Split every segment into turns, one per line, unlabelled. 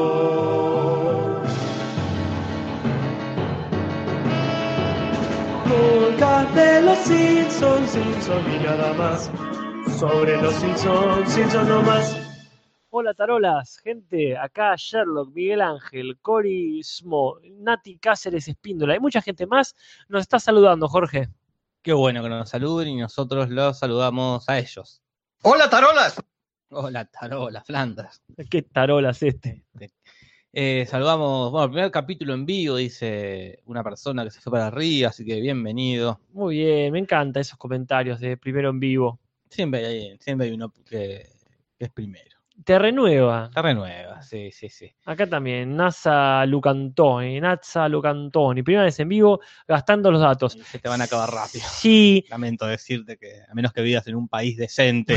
preciso. Nunca de los Simpson, Simpson y nada más. Sobre los Simpson, Simpson no más.
Hola tarolas, gente, acá Sherlock, Miguel Ángel, Corismo, Nati Cáceres Espíndola, hay mucha gente más, nos está saludando Jorge.
Qué bueno que nos saluden y nosotros los saludamos a ellos.
¡Hola, tarolas!
Hola, tarolas, Flandras.
¿Qué tarolas este?
Eh, saludamos, bueno, primer capítulo en vivo, dice una persona que se fue para arriba, así que bienvenido.
Muy bien, me encantan esos comentarios de primero en vivo.
Siempre hay, siempre hay uno que, que es primero.
Te renueva.
Está renueva, sí, sí, sí.
Acá también, NASA Lucantoni, NASA Lucantoni, primera vez en vivo, gastando los datos.
Se te van a acabar rápido.
Sí,
Lamento decirte que, a menos que vivas en un país decente,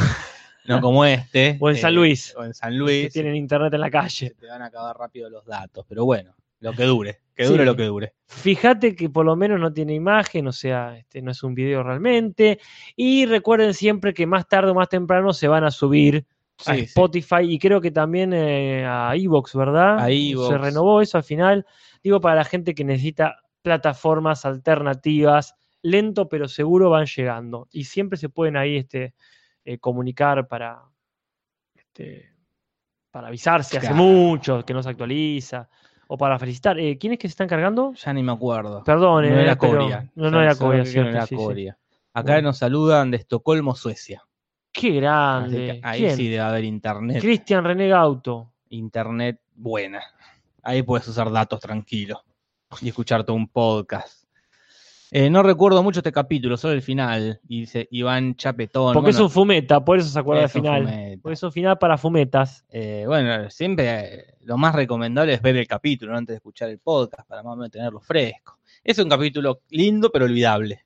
no como este.
O en San Luis.
O en San
que
Luis.
tienen internet en la
Se
calle.
te van a acabar rápido los datos, pero bueno, lo que dure, que dure
Sí.
lo que dure.
Fíjate que por lo menos no tiene imagen, o sea, este no es un video realmente. Y recuerden siempre que más tarde o más temprano se van a subir a
Sí, sí.
Spotify y creo que también eh, a Evox, ¿verdad?
A iVoox.
Se renovó eso al final. Digo, para la gente que necesita plataformas alternativas, lento pero seguro van llegando. Y siempre se pueden ahí este, eh, comunicar para, este, para avisarse hace
Claro.
mucho que no se actualiza o para felicitar. Eh, ¿Quién es que se están cargando?
Ya ni me acuerdo.
Perdón,
no
eh,
era
pero-
Coria.
No, no era
Solo
Coria,
que
cierto,
no era
sí, sí.
Coria. Acá
Bueno.
nos saludan de Estocolmo, Suecia.
Qué
Así que
grande.
ahí
¿Quién?
sí debe haber internet.
Cristian René Gauto.
Internet buena. Ahí puedes usar datos tranquilo y escucharte un podcast. Eh, no recuerdo mucho este capítulo, solo el final. Y dice Iván Chapetón.
Porque es
bueno,
un fumeta, por eso se acuerda del
es un
final.
fumeta.
Por eso final para fumetas.
Eh, bueno, siempre eh, lo más recomendable es ver el capítulo ¿no? antes de escuchar el podcast para más o menos tenerlo fresco. Es un capítulo lindo pero olvidable.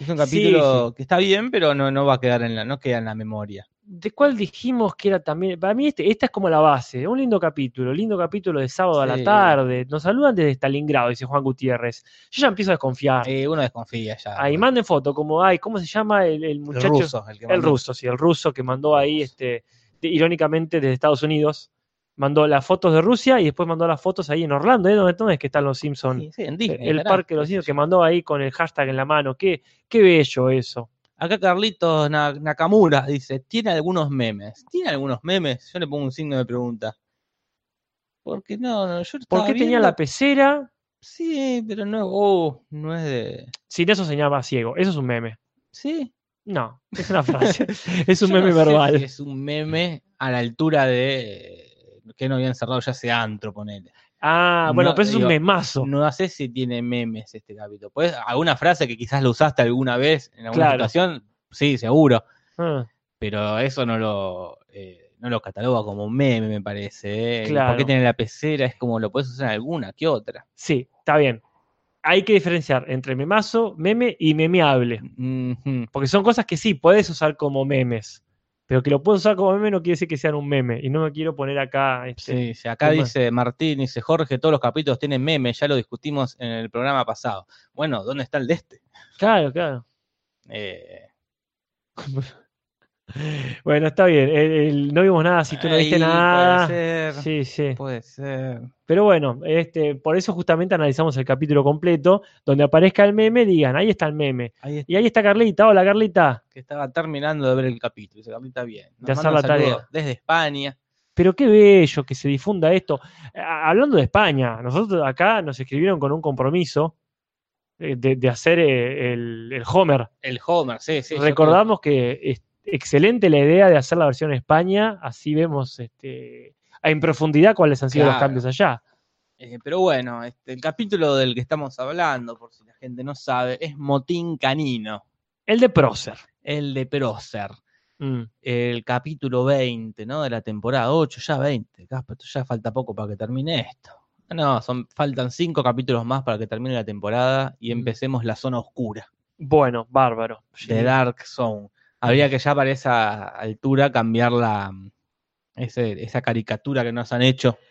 Es un
Sí,
capítulo que está bien, pero no, no va a quedar en la, no queda en la memoria.
¿De cuál dijimos que era también? Para mí este, esta es como la base. Un lindo capítulo, lindo capítulo de sábado a la
Sí.
tarde. Nos saludan desde Stalingrado, dice Juan Gutiérrez. Yo ya empiezo a desconfiar.
Eh, uno desconfía ya.
Ah. Ahí
porque
manden foto, como, ay, ¿cómo se llama el, el
el
muchacho?
ruso, el que
El
mandó.
ruso, sí, el ruso que mandó ahí, este, de- irónicamente, desde Estados Unidos. Mandó las fotos de Rusia y después mandó las fotos ahí en Orlando, ¿eh? ¿Dónde, dónde es que están los Simpsons?
Sí, sí, en Disney,
el
carajo.
parque de los Simpsons que mandó ahí con el hashtag en la mano. Qué, qué bello eso.
Acá Carlitos Na- Nakamura dice, tiene algunos memes. ¿Tiene algunos memes? Yo le pongo un signo de pregunta. Porque no, no, yo
¿Por
estaba
qué tenía la
viendo-
pecera?
Sí, pero no, oh, no es de...
Sin eso se llama ciego. Eso es un meme.
Sí.
No, es una frase. es un
Yo no
meme
sé
verbal.
si es un meme a la altura de eh, que no habían cerrado ya ese antro, ponele.
Ah, bueno,
No,
pero eso es un
digo,
memazo.
No sé si tiene memes este capítulo. Pues alguna frase que quizás lo usaste alguna vez en alguna
Claro.
situación, sí, seguro.
Ah,
Pero eso no lo, eh, no lo cataloga como un meme, me parece. ¿eh? ¿Y
Claro.
¿Por qué tiene la pecera? Es como lo puedes usar en alguna que otra.
sí, está bien. Hay que diferenciar entre memazo, meme y memeable.
Ujú.
Porque son cosas que sí podés usar como memes. Pero que lo puedas usar como meme no quiere decir que sean un meme. Y no me quiero poner acá. este,
Sí, sí, acá
¿Qué más?
dice Martín, dice Jorge, todos los capítulos tienen memes, ya lo discutimos en el programa pasado. Bueno, ¿dónde está el de este?
Claro, claro.
Eh,
Bueno, está bien. El- el- no vimos nada si tú no viste
Ahí
nada.
Puede ser.
Sí, sí.
Puede ser.
Pero bueno, este, por eso justamente analizamos el capítulo completo, donde aparezca el meme, digan, ahí está el meme.
Ahí es
Y ahí está Carlita, hola Carlita.
que estaba terminando de ver el capítulo. Dice, Carlita, bien. Nos
De hacer
mandan
la tarea.
saludos Desde España.
Pero qué bello que se difunda esto. A- Hablando de España, nosotros acá nos escribieron con un compromiso eh, de, de hacer eh, el, el Homer.
El Homer, sí, sí. yo
Recordamos que es excelente la idea de hacer la versión en España, así vemos este, en profundidad cuáles han sido los
Claro.
cambios allá.
creo- eh, pero bueno, este, el capítulo del que estamos hablando, por si la gente no sabe, es Motín Canino,
El de Procer.
el de Prócer.
Mm.
El capítulo 20, ¿no? De la temporada 8, ya 20. Casper, esto ya falta poco para que termine esto. No, son, faltan 5 capítulos más para que termine la temporada y
Mm.
empecemos la zona oscura.
Bueno, bárbaro.
de Dark Zone. Habría que ya para esa altura cambiar la, ese- esa caricatura que nos han hecho, que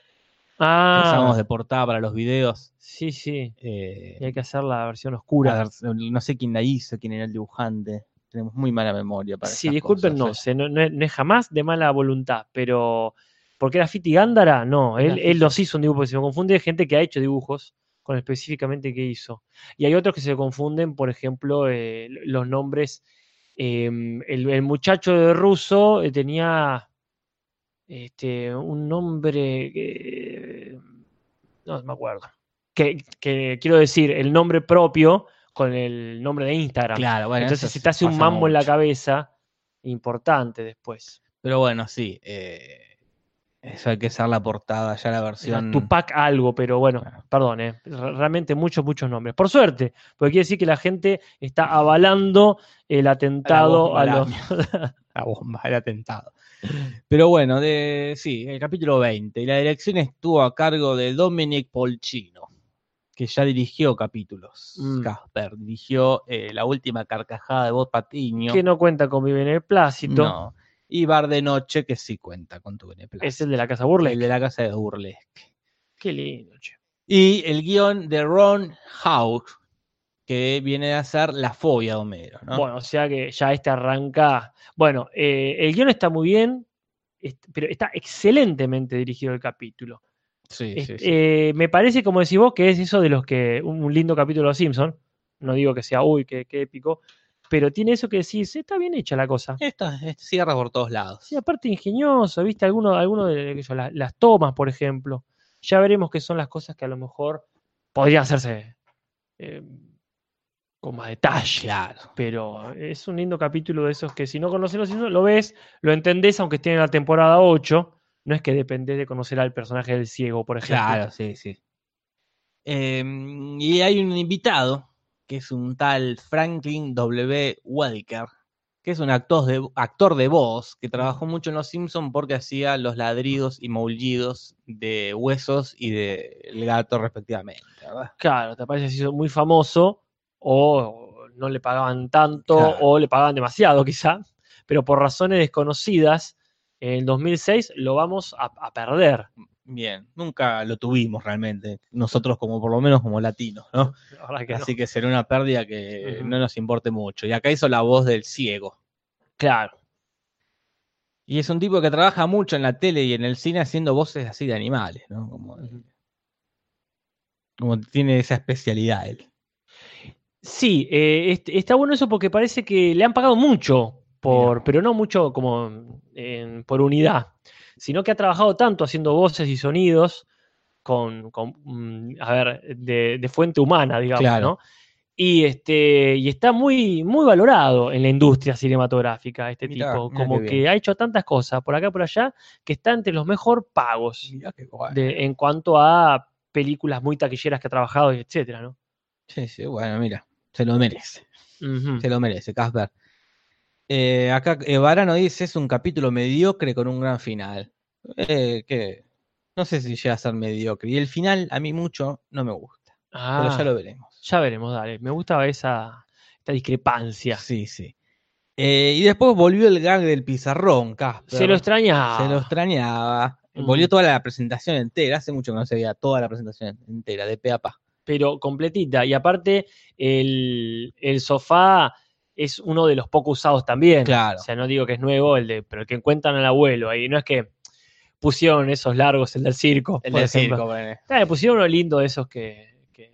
Ah,
usamos de portada para los videos.
sí, sí.
eh,
Y hay que hacer la versión
a
oscura.
ver, no sé quién la hizo, quién era el dibujante. Tenemos muy mala memoria para
Sí,
esas cosas,
disculpen, no,
¿eh?
sé, no, no es no es jamás de mala voluntad, pero Porque era Fiti Gándara, no,
Era
él, él los hizo un dibujo, porque se me confunde gente que ha hecho dibujos con específicamente qué hizo. Y hay otros que se confunden, por ejemplo, eh, los nombres. eh, el, el muchacho de ruso eh, tenía este, un nombre. que- no me acuerdo. Que, que quiero decir, el nombre propio con el nombre de Instagram.
Claro, bueno.
Entonces,
eso
si te hace un
pasa
mambo en la
mucho.
cabeza, importante después.
Pero bueno, sí. eh, eso hay que ser la portada, ya la
Era
versión.
Tupac algo, pero bueno,
Claro.
perdón, eh, re- realmente muchos, muchos nombres. Por suerte, porque quiere decir que la gente está avalando el atentado
bomba,
a
la-
los.
La bomba, el atentado. Pero bueno, de, sí, el capítulo 20. Y la dirección estuvo a cargo de Dominic Polchino, que ya dirigió capítulos.
Mm.
Casper dirigió eh, La última carcajada de Bob Patiño.
que no cuenta con mi beneplácito.
No. Y Bar de Noche, que sí cuenta con tu beneplácito.
Es el de la casa burla.
El de la casa de Burlesque.
Qué lindo, che.
Y el guión de Ron Hawk, que viene de hacer La fobia de Homero, ¿no?
Bueno, o sea que ya este arranca. Bueno, eh, el guión está muy bien, est- pero está excelentemente dirigido el capítulo.
sí, sí,
Est-
sí.
eh, me parece, como decís vos, que es eso de los que. Un, un lindo capítulo de los Simpson. No digo que sea, uy, qué, qué épico. Pero tiene eso que decís, está bien hecha la cosa.
Esto es- cierra por todos lados.
Sí, aparte ingenioso, ¿viste? Alguno, alguno de qué sé yo, la- las, tomas, por ejemplo. Ya veremos qué son las cosas que a lo mejor podrían hacerse eh, con más detalle.
Claro.
Pero es un lindo capítulo de esos que si no conoces los Simpsons, lo ves, lo entendés, aunque esté en la temporada 8. No es que dependés de conocer al personaje del ciego, por ejemplo.
Claro, sí, sí. Eh, y hay un invitado, que es un tal Franklin W. Welker, que es un actor de, actor de voz que trabajó mucho en Los Simpsons porque hacía los ladridos y maullidos de Huesos y de El Gato, respectivamente. ¿verdad?
Claro, te parece si muy famoso o no le pagaban tanto
Claro.
o le pagaban demasiado quizá, pero por razones desconocidas en 2006 lo vamos a, a perder.
Bien, nunca lo tuvimos realmente, nosotros como por lo menos como latinos, ¿no?
La verdad que no.
Así que será una pérdida que
Ujú.
no nos importe mucho. Y acá hizo la voz del ciego.
Claro,
Y es un tipo que trabaja mucho en la tele y en el cine haciendo voces así de animales, ¿no? Como, de-
Ujú.
como tiene esa especialidad él.
sí, eh, est- está bueno eso porque parece que le han pagado mucho, por, pero no mucho como en- por unidad, sino que ha trabajado tanto haciendo voces y sonidos con, con, mm, a ver, de, de fuente humana, digamos,
Claro.
¿no? Y, este, y está muy, muy valorado en la industria cinematográfica este
Mirá,
tipo,
mirá
como
qué bien.
que ha hecho tantas cosas por acá y por allá que está entre los mejor pagos de- en cuanto a películas muy taquilleras que ha trabajado, y etcétera, ¿no?
Sí, sí, bueno, mira, se lo merece,
Ujú.
se lo merece, Casper. Eh, acá eh, Varano dice, es un capítulo mediocre con un gran final. Eh, que no sé si llega a ser mediocre. Y el final a mí mucho no me gusta,
Ah,
pero ya lo veremos.
ya veremos, dale. Me gustaba esa esta discrepancia.
Sí, sí. Eh, y después volvió el gag del pizarrón, Casper.
Se lo extraña.
Se lo extrañaba.
Ah. Mm.
Volvió toda la presentación entera. Hace mucho que no se veía toda la presentación entera, de pe a pa.
pero completita. Y aparte, el, el sofá es uno de los poco usados también.
Claro.
O sea, no digo que es nuevo, el de, pero el que encuentran al abuelo. ahí no es que pusieron esos largos, el del circo. por ejemplo.
ponele.
Ah, pusieron uno lindo de esos que, que-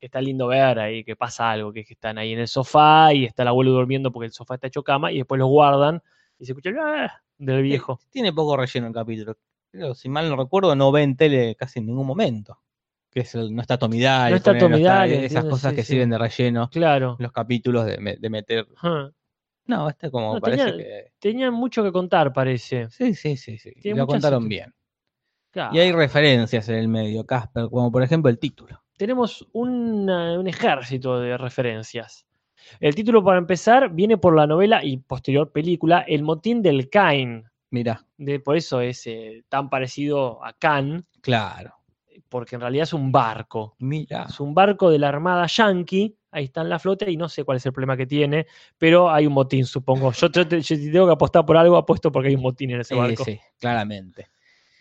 que está lindo ver ahí, que pasa algo, que, es que están ahí en el sofá y está el abuelo durmiendo porque el sofá está hecho cama y después los guardan y se escucha el "Ah", del viejo.
Eh, Tiene poco relleno el capítulo. Creo, si mal no recuerdo, no ve en tele casi en ningún momento. Que es el- no está Tomidal,
No está
ponele,
Tomidal,
esas
entiendo,
cosas
sí,
que
sí.
sirven de relleno.
Claro.
Los capítulos de, me- de meter.
Ajá.
No, este como
No,
parece
tenía-
que.
Tenían mucho que contar, parece.
Sí, sí, sí, sí.
Tiene Ah.
Lo
muchas
contaron
situ-
bien.
Claro.
Y hay referencias en el medio, Casper, como por ejemplo el título.
tenemos una- un ejército de referencias. El título, para empezar, viene por la novela y posterior película El motín del Cain.
Mirá,
De, por eso es eh, tan parecido a Can,
claro.
porque en realidad es un barco.
Mirá.
Es un barco de la Armada Yankee. Ahí está en la flota y no sé cuál es el problema que tiene, pero hay un motín, supongo. Yo, te- yo si tengo que apostar por algo, apuesto porque hay un motín en ese
Eh,
barco.
sí, claramente.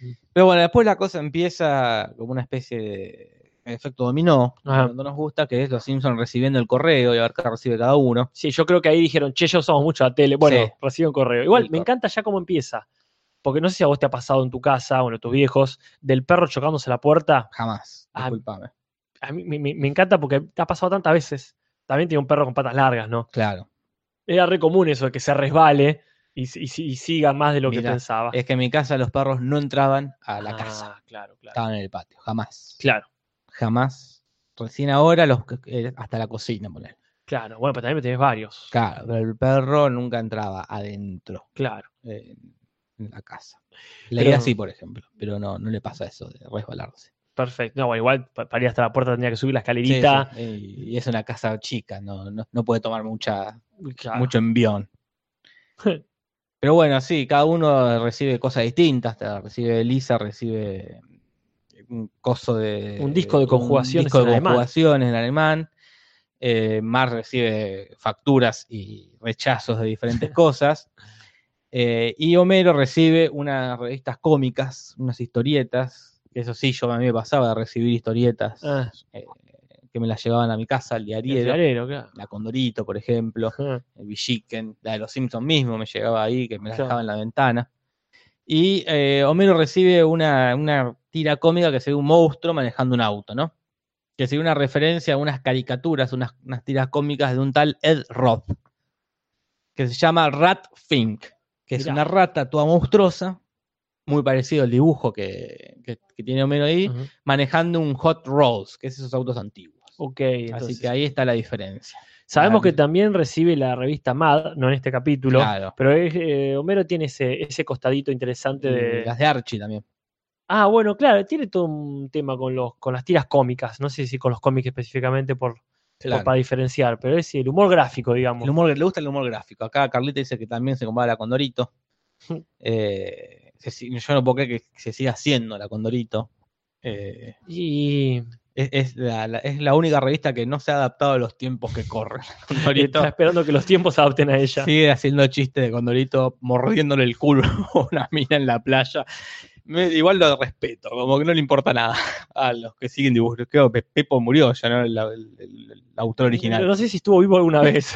Mm.
Pero bueno, después la cosa empieza como una especie de efecto dominó,
Ajá.
cuando nos gusta, que es los Simpsons recibiendo el correo y a ver qué recibe cada uno.
Sí, yo creo que ahí dijeron, che, yo somos mucho la tele. Bueno,
Sí.
reciben correo. Igual,
Sí,
me
claro.
encanta ya cómo empieza. Porque no sé si a vos te ha pasado en tu casa o en tus viejos, del perro chocándose a la puerta.
Jamás.
Ah,
Disculpame.
A mí me, me- me encanta porque te ha pasado tantas veces. También tenía un perro con patas largas, ¿no?
Claro.
Era re común eso, de que se resbale y, si- y si- y siga más de lo que
Mirá,
pensaba.
Es que en mi casa los perros no entraban a la casa.
Ah, Claro, claro.
Estaban en el patio. Jamás.
Claro,
Jamás. Recién ahora los eh, hasta la cocina, poner.
claro. Bueno, pero también tenés varios.
Claro, pero el perro nunca entraba adentro
Claro.
eh, en la casa. La
Pero-
idea sí, por ejemplo, pero no, no le pasa eso de resbalarse.
Perfecto. No, bueno, igual pa- para ir hasta la puerta tenía que subir la
Sí,
escalerita.
sí, Y y es una casa chica, no, no, no puede tomar mucha,
Claro.
mucho envión. Pero bueno, sí, cada uno recibe cosas distintas. te- Recibe Lisa, recibe un coso de.
Un disco de conjugaciones
disco de
en alemán.
conjugaciones en alemán. Eh, Mar recibe facturas y rechazos de diferentes cosas. Eh, y Homero recibe unas revistas cómicas, unas historietas. que Eso sí, yo a mí me pasaba de recibir historietas
Ah.
eh, que me las llevaban a mi casa al
El
diario.
diarero, claro.
La Condorito, por ejemplo
Ah,
el Villiquen, la de los Simpsons mismo, me llegaba ahí, que me la
Claro.
dejaba en la ventana. Y eh, Homero recibe una, una tira cómica que sería un monstruo manejando un auto, ¿no? Que sería una referencia a unas caricaturas, unas, unas tiras cómicas de un tal Ed Roth, que se llama Rat Fink, que es
Mirá.
una rata toda monstruosa, muy parecido al dibujo que, que- que tiene Homero ahí,
ujú.
manejando un Hot Rolls, que es esos autos antiguos.
Ok,
Así
entonces-
que ahí está la diferencia.
Sabemos que
Claramente.
también recibe la revista Mad, no en este capítulo,
Claro.
pero es, eh, Homero tiene ese, ese costadito interesante
Y
de...
Las de Archie también.
Ah, bueno, claro, tiene todo un tema con, los, con las tiras cómicas, no sé si con los cómics específicamente por, por-
Claro.
para diferenciar, pero es el humor gráfico, digamos.
El humor, le gusta el humor gráfico. Acá Carlita dice que también se compara la Condorito. Eh, se si- yo no puedo creer que se siga haciendo la Condorito. Eh,
Y
es, es la, la- es la única revista que no se ha adaptado a los tiempos que corren. La Condorito
está esperando que los tiempos se adapten a ella.
sigue haciendo chistes de Condorito mordiéndole el culo a una mina en la playa. Me- igual lo respeto, como que no le importa nada a los que siguen dibujando. Creo que Pepo murió ya, ¿no? El, el- el- el autor original.
No sé si estuvo vivo alguna vez.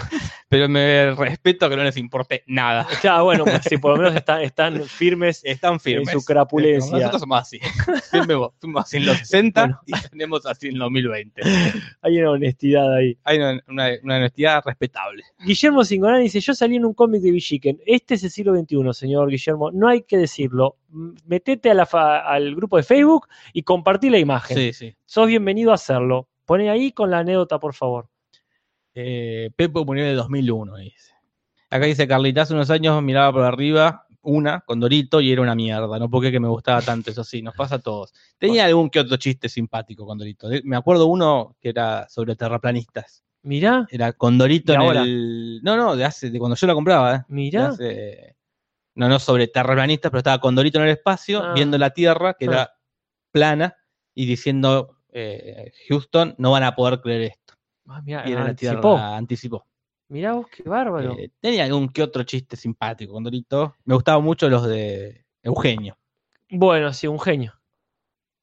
Pero me respeto que no les importe nada.
claro, bueno, pues, si por lo menos están, están firmes.
Están firmes.
En su crapulencia.
Nosotros somos así. Firme vos. Fuimos así en los 60
Bueno.
y tenemos así en los 2020.
Hay una honestidad ahí.
Hay una, una, una honestidad respetable.
Guillermo Cingonán dice: Yo salí en un cómic de Villiquen. Este es el siglo XXI, señor Guillermo. No hay que decirlo. M- Metete a la fa- al grupo de Facebook y compartí la imagen.
sí.
Sos bienvenido a hacerlo. Poné ahí con la anécdota, por favor.
Eh, Pepo murió en el 2001, dice. Acá dice Carlita, hace unos años miraba por arriba una con Dorito y era una mierda. No porque que me gustaba tanto, eso sí, nos pasa a todos. Tenía algún que otro chiste simpático con Dorito. De- Me acuerdo uno que era sobre terraplanistas.
Mirá,
Era Condorito
¿De
en
ahora?
el. No, no, de hace, de cuando yo la compraba, ¿eh?
mirá.
las, eh, no, no sobre terraplanistas, pero estaba Condorito en el espacio,
Ah.
viendo la Tierra, que era plana, y diciendo, eh, Houston, no van a poder creer esto.
Ah, mirá,
Y era la Tierra,
anticipó.
anticipó.
Mirá vos, qué bárbaro.
Eh, tenía algún que otro chiste simpático, Condorito. Me gustaban mucho los de Eugenio.
Bueno, sí, un genio.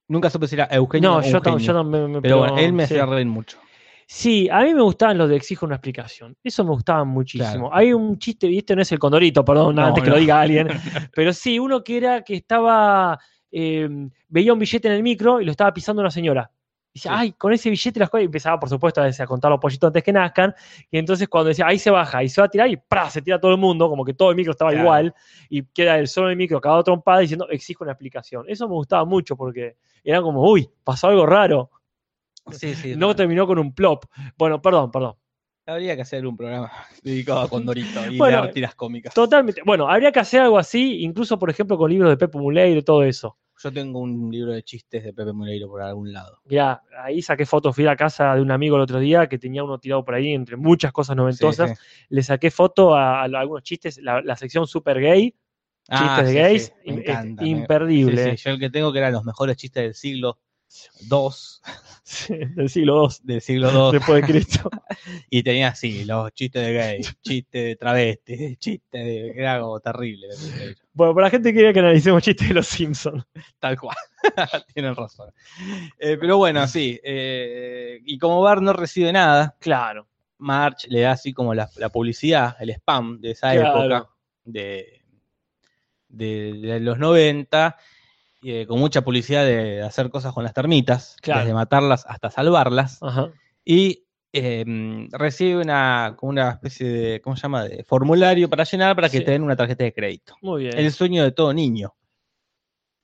Nunca supe si era Eugenio
no,
o
yo, tam-
Eugenio,
yo también me
Pero bueno, él me
sí.
hacía reír mucho.
Sí, a mí me gustaban los de exijo una explicación. Eso me gustaban muchísimo.
Claro.
Hay un chiste, y este no es el condorito, perdón,
No,
antes que
no.
lo diga alguien. Pero sí, uno que era que estaba. eh, veía un billete en el micro y lo estaba pisando una señora. Y decía,
Sí.
ay, con ese billete las cosas. Y empezaba, por supuesto, a, des- a contar los pollitos antes que nazcan. Y entonces, cuando decía, ahí se baja, y se va a tirar, y ¡pra! se tira todo el mundo, como que todo el micro estaba
Claro.
igual. Y queda el solo el micro, cada trompada, diciendo, exijo una explicación. Eso me gustaba mucho porque era como, uy, pasó algo raro.
Sí, sí,
No terminó con un plop. Bueno, perdón, perdón.
Habría que hacer un programa dedicado a Condorito y
Bueno,
dar tiras cómicas.
Totalmente. Bueno, habría que hacer algo así, incluso, por ejemplo, con libros de Pepo Muleiro y todo eso.
Yo tengo un libro de chistes de Pepe Muleiro por algún lado.
Mirá, ahí saqué fotos, fui a la casa de un amigo el otro día que tenía uno tirado por ahí, entre muchas cosas
Sí,
noventosas.
sí.
Le saqué foto a, a algunos chistes, la, la sección super gay,
Ah,
chistes
sí,
de gays,
sí, me
im- es
encanta, me-
imperdible.
sí, sí, Yo el que tengo que eran los mejores chistes del siglo II,
Sí, del siglo II
del siglo II,
después de Cristo.
y tenía así, los chistes de gays, chistes de travesti, chistes de... Era algo terrible. Pepe Muleiro.
bueno, para la gente que quería que analicemos chistes de los Simpsons.
Tal cual. Tienen razón. Eh, pero bueno, sí. eh, y como Bar no recibe nada,
Claro.
March le da así como la, la publicidad, el spam de esa
Claro.
época de, de, de los 90, eh, con mucha publicidad de hacer cosas con las termitas,
Claro.
desde matarlas hasta salvarlas,
Ajá.
y eh, recibe una, como una especie de, ¿cómo se llama?, de formulario para llenar para que
Sí.
te den una tarjeta de crédito.
Muy bien.
El sueño de todo niño,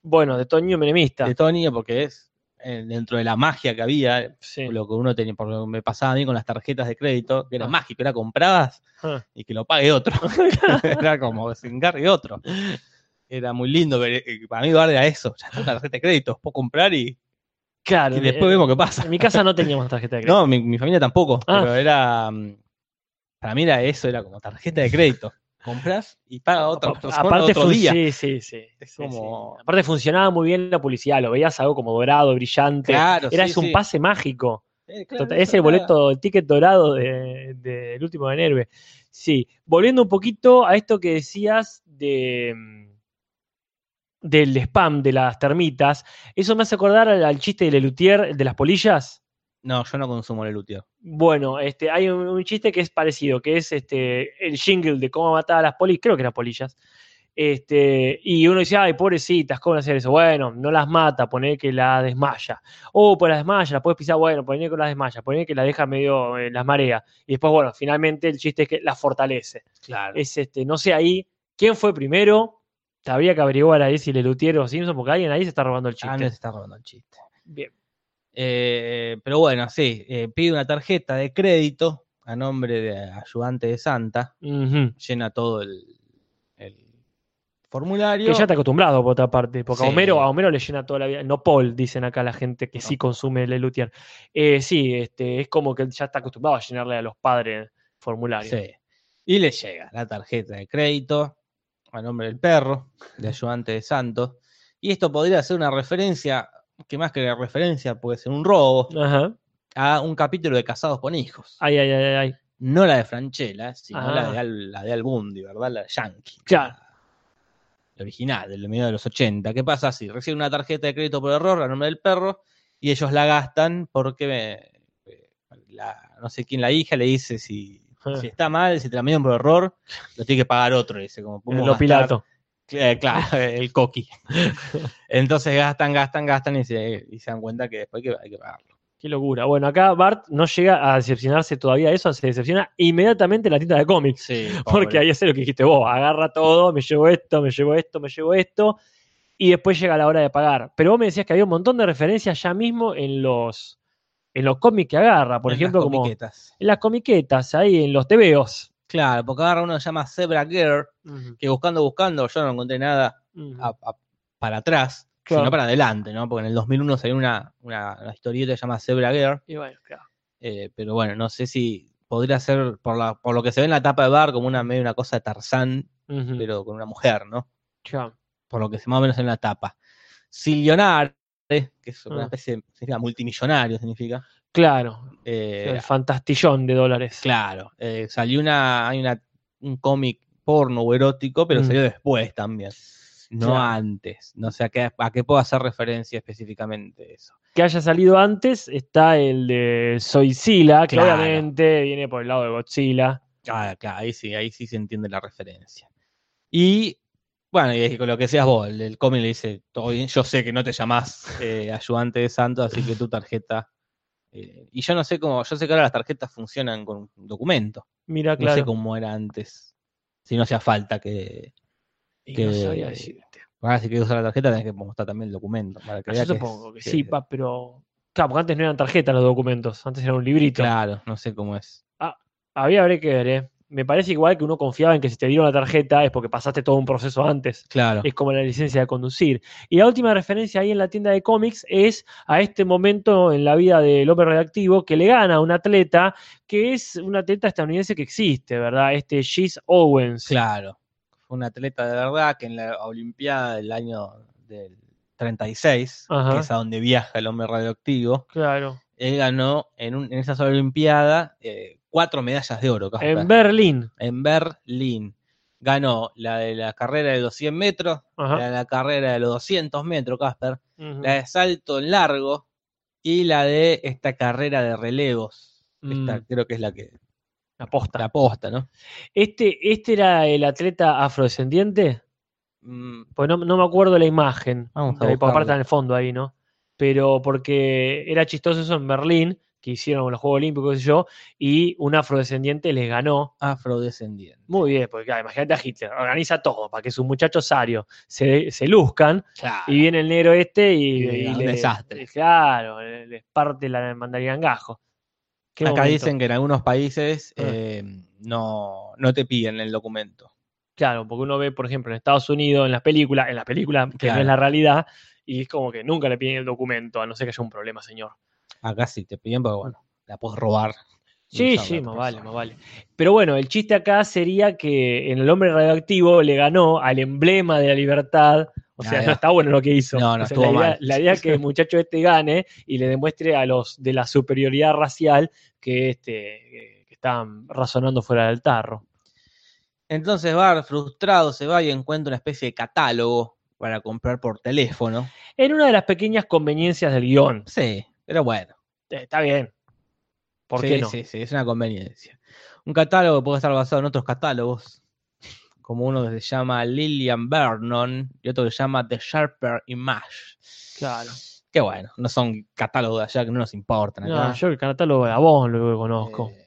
Bueno, de Toño Menemista.
de todo niño porque es eh, dentro de la magia que había,
Sí.
lo que uno tenía, por lo que me pasaba a mí con las tarjetas de crédito, que era
Ah.
mágico, era comprabas
Ah.
y que lo pague otro. era como que se encargue otro. Era muy lindo, ver- eh, para mí guarda era eso, ya está la tarjeta de crédito, puedo comprar y,
Claro. eh,
y
en-
después
en,
vemos qué pasa.
en mi casa no teníamos tarjeta de crédito.
No, mi, mi familia tampoco,
Ah.
pero era, mm, para mí era eso, era como tarjeta de crédito. Compras y paga otra
Apa-
persona otro
fun-
día.
Sí, sí, sí.
Es
Sí, sí.
como-
Aparte funcionaba muy bien la publicidad, lo veías algo como dorado, brillante.
Claro,
Eras
sí,
un
sí.
pase mágico.
Eh, claro,
Total, es el
eso era-
boleto, el ticket dorado del de, del último de Nerve. Sí, volviendo un poquito a esto que decías de mm, del spam de las termitas, eso me hace acordar al, al chiste de Lelutier, el de las polillas.
No, yo no consumo Lelutier.
Bueno, este, hay un, un chiste que es parecido, que es este, el jingle de cómo matar a las polillas, creo que eran polillas. Este, y uno dice, ay, pobrecitas, ¿cómo van a hacer eso? Bueno, no las mata, poner que la desmaya. Oh, pues la desmaya, la puedes pisar, bueno, poner que la desmaya, poner que la deja medio eh, las marea. Y después, bueno, finalmente el chiste es que la fortalece.
Claro.
Eh,
Es este, no sé ahí quién fue primero. Habría que averiguar ahí si Lelutier o Simpson, porque alguien ahí se está robando el chiste.
Ah, no se está robando el chiste.
Bien.
Eh, pero bueno, sí, eh, pide una tarjeta de crédito a nombre de ayudante de Santa,
Ujú.
llena todo el, el
Que
formulario.
ya está acostumbrado por otra parte, porque
Sí.
a, Homero, a Homero le llena toda la vida, no Paul, dicen acá la gente que sí consume Lelutier. Eh, sí, este, es como que él ya está acostumbrado a llenarle a los padres formularios.
Sí. Y le llega la tarjeta de crédito a nombre del perro, de ayudante de Santos. Y esto podría ser una referencia, que más que una referencia puede ser un robo,
Ajá.
a un capítulo de Casados con Hijos.
Ay, ay, ay, ay, ay.
No la de Franchella, sino la,
Ah.
de Al- la de Albundi, ¿verdad? La de Yankee.
Claro.
La original, del medio de los 80. ¿Qué pasa si reciben una tarjeta de crédito por error a nombre del perro y ellos la gastan porque eh, eh, la- no sé quién, la hija, le dice si,
Ah.
si está mal, si te la midieron por error, lo tiene que pagar otro. Dice, como podemos
Lo
gastar-
pilato.
Eh, claro, el coqui. Entonces gastan, gastan, gastan y se, y se dan cuenta que después hay que, hay que pagarlo.
Qué locura. Bueno, acá Bart no llega a decepcionarse todavía de eso, se decepciona inmediatamente la tienda de cómics.
Sí,
Porque ahí es lo que dijiste vos, agarra todo, me llevo esto, me llevo esto, me llevo esto, y después llega la hora de pagar. Pero vos me decías que había un montón de referencias ya mismo en los, en los cómics que agarra, por ejemplo, como en las comiquetas, ahí en los tebeos.
Claro, porque agarra uno que se llama Zebra Girl, que buscando, buscando, yo no encontré nada
Ujú.
a- a- para atrás,
Claro.
sino para adelante, ¿no? Porque en el 2001 salió una, una, una historieta que se llama Zebra Girl,
Y bueno, claro.
eh, pero bueno, no sé si podría ser, por, la, por lo que se ve en la tapa de bar, como una medio una cosa de Tarzán,
Ujú.
pero con una mujer, ¿no?
Ya.
Por lo que se más o menos en la tapa. Silionare, que es una
Ah.
especie, de- significa multimillonario, significa.
Claro,
eh,
el fantastillón de dólares.
claro, eh, salió una, hay una, un cómic porno o erótico, pero
Mm.
salió después también. No
Claro.
antes, no sé a qué, a qué puedo hacer referencia específicamente eso.
Que haya salido antes está el de Soyzilla, que
Claro.
obviamente viene por el lado de Godzilla.
Ah, claro, ahí sí, ahí sí se entiende la referencia. Y bueno, y es con lo que seas vos, el, el cómic le dice, todo bien, yo sé que no te llamás eh, ayudante de santo, así que tu tarjeta. eh, y yo no sé cómo, yo sé que ahora las tarjetas funcionan con un documento.
Mira,
No
claro.
sé cómo era antes. Si no hacía falta que.
Y
que-
no sabía decirte.
Ahora, si querés usar la tarjeta, tenés que mostrar también el documento. Para que
Ah,
vea
yo
que es-
supongo que,
que-
sí, pa, pero. Claro, porque antes no eran tarjetas los documentos, antes era un librito.
Claro, no sé cómo es.
Había, habría que ver, ¿eh? Me parece igual que uno confiaba en que si te dieron la tarjeta es porque pasaste todo un proceso antes.
Claro.
Es como la licencia de conducir. Y la última referencia ahí en la tienda de cómics es a este momento en la vida del hombre redactivo que le gana a un atleta que es un atleta estadounidense que existe, ¿verdad? Este Gis Owens.
Claro. Fue un atleta de verdad que en la Olimpiada del año del 36, que
Ajá.
es a donde viaja el hombre radioactivo,
Claro.
él ganó en, un- en esa sola Olimpiada eh, cuatro medallas de oro. Casper.
En Berlín.
En Berlín. Ganó la de la carrera de los 100 metros, la
Ajá.
de la carrera de los 200 metros, Casper,
Ujú.
la de salto en largo y la de esta carrera de relevos. Esta
Mm.
creo que es la que
La posta.
la posta, ¿no?
Este, este era el atleta afrodescendiente.
mm,
Pues no, no me acuerdo la imagen.
Ah, Vamos a
Ahí, por
buscarla.
aparte en el fondo ahí, ¿no? Pero porque era chistoso eso en Berlín, que hicieron los Juegos Olímpicos, qué sé yo, y un afrodescendiente les ganó.
afrodescendiente.
Muy bien, porque claro, imagínate a Hitler, organiza todo para que sus muchachos sarios se, se luzcan,
Claro.
y viene el negro este y,
Y
y
un
le-
desastre.
Claro, le- les parte la mandarina en gajo. Qué
Acá
momento.
dicen que en algunos países
Ah.
eh, no, no te piden el documento.
Claro, porque uno ve, por ejemplo, en Estados Unidos, en las películas, en las películas, que no
Claro.
es la realidad, y es como que nunca le piden el documento, a no ser que haya un problema, señor.
Acá sí te piden, pero bueno, la puedes robar. y
Sí,
usarla
sí,
otra
más vale,
persona.
más vale. Pero bueno, el chiste acá sería que en el hombre radioactivo le ganó al emblema de la libertad. O sea, no
Ahí va.
está bueno lo que hizo.
Ah, No, no,
O sea,
estuvo
la idea,
mal.
La idea es que el muchacho este gane y le demuestre a los de la superioridad racial que, este, eh, que están razonando fuera del tarro.
Entonces Bart, frustrado, se va y encuentra una especie de catálogo para comprar por teléfono.
En una de las pequeñas conveniencias del guión.
Sí, pero bueno.
Eh, Está bien. ¿Por
sí,
qué no?
Sí, sí, es una conveniencia. Un catálogo puede estar basado en otros catálogos, como uno que se llama Lillian Vernon y otro que se llama The Sharper Image.
Claro.
Que bueno, no son catálogos de allá que no nos importan.
No,
Acá.
yo el catálogo de Avon lo conozco.
Eh,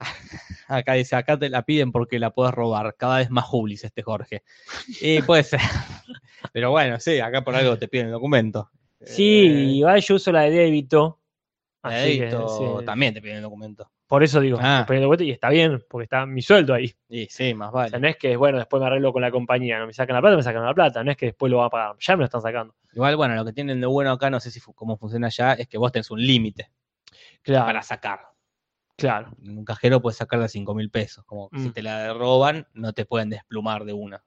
Acá dice, acá te la piden porque la puedes robar. Cada vez más jubilis este Jorge. Y puede ser. Pero bueno, sí, acá por algo te piden el documento.
Sí,
Eh,
igual yo uso la de Débito.
la
así que,
Edito
sí.
también te piden el documento.
Por eso digo,
Ah.
me pone de vuelta y está bien, porque está mi sueldo ahí.
Y sí, más
O sea,
vale.
no es que, bueno, después me arreglo con la compañía, no me sacan la plata, me sacan la plata, no es que después lo va a pagar, ya me lo están sacando.
Igual, bueno, lo que tienen de bueno acá, no sé si fu- cómo funciona allá, es que vos tenés un límite
Claro,
para sacar.
claro.
En un cajero puedes sacar de 5 mil pesos. Como que si
Mm.
te la roban, no te pueden desplumar de una.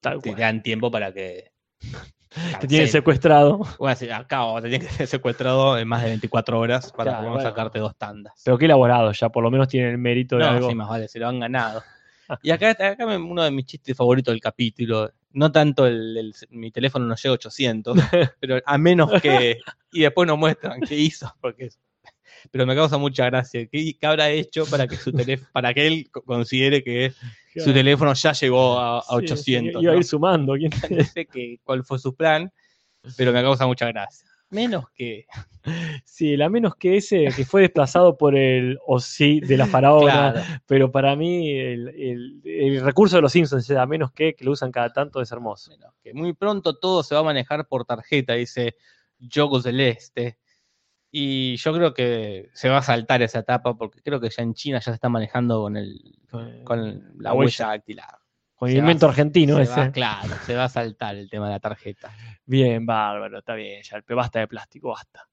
Tal
Te
cual.
dan tiempo para que.
Te tienen
cancelen.
secuestrado.
Bueno, sí, acá o te tienes que ser secuestrado en más de 24 horas para
Claro,
poder
bueno.
sacarte dos tandas.
Pero qué elaborado ya, por lo menos tienen el mérito de
no,
algo.
sí, más vale, se lo han ganado. Y acá, acá me- uno de mis chistes favoritos del capítulo, no tanto el, el- mi teléfono no llega a 800, pero a menos que... Y después nos muestran qué hizo, porque... Pero me causa mucha gracia. ¿Qué, qué habrá hecho para que su teléfono, para que él co- considere que su teléfono ya llegó a, a
Sí, sí,
800?
iba a
¿no?
ir sumando. ¿quién?
no sé qué- cuál fue su plan, pero me causa mucha gracia. Menos que
Sí, la menos que ese que fue desplazado por el o sí de la faraona.
Claro.
Pero para mí, el, el- el recurso de los Simpsons, la menos que, que lo usan cada tanto, es hermoso.
Bueno, que muy pronto todo se va a manejar por tarjeta, dice Jogo Celeste. Y yo creo que se va a saltar esa etapa porque creo que ya en China ya se está manejando con el con la
La huella.
huella dactilar.
Con el
Se va-
invento argentino
Se
ese.
va, claro, se va a saltar el tema de la tarjeta.
Bien, bárbaro, está bien, ya, pero basta de plástico, basta.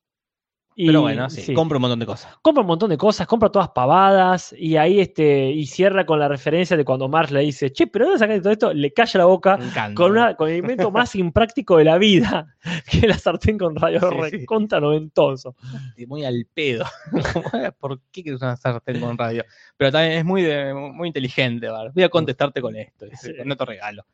Y,
Pero bueno, sí,
sí,
compro un montón de cosas.
compra un montón de cosas, compra todas pavadas y ahí este y cierra con la referencia de cuando Marge le dice, "Che, pero ¿dónde sacaste todo esto?" Le calla la boca
Me encanta.
con, una- con el invento más impráctico de la vida, que es la sartén con rayo
Sí, sí.
recontra noventoso.
Y Muy al pedo. "Eh, ¿Por qué quieres una sartén con radio? Pero también es muy, de- muy inteligente, Bar. Voy a contestarte con esto, dice,
Sí.
con otro regalo.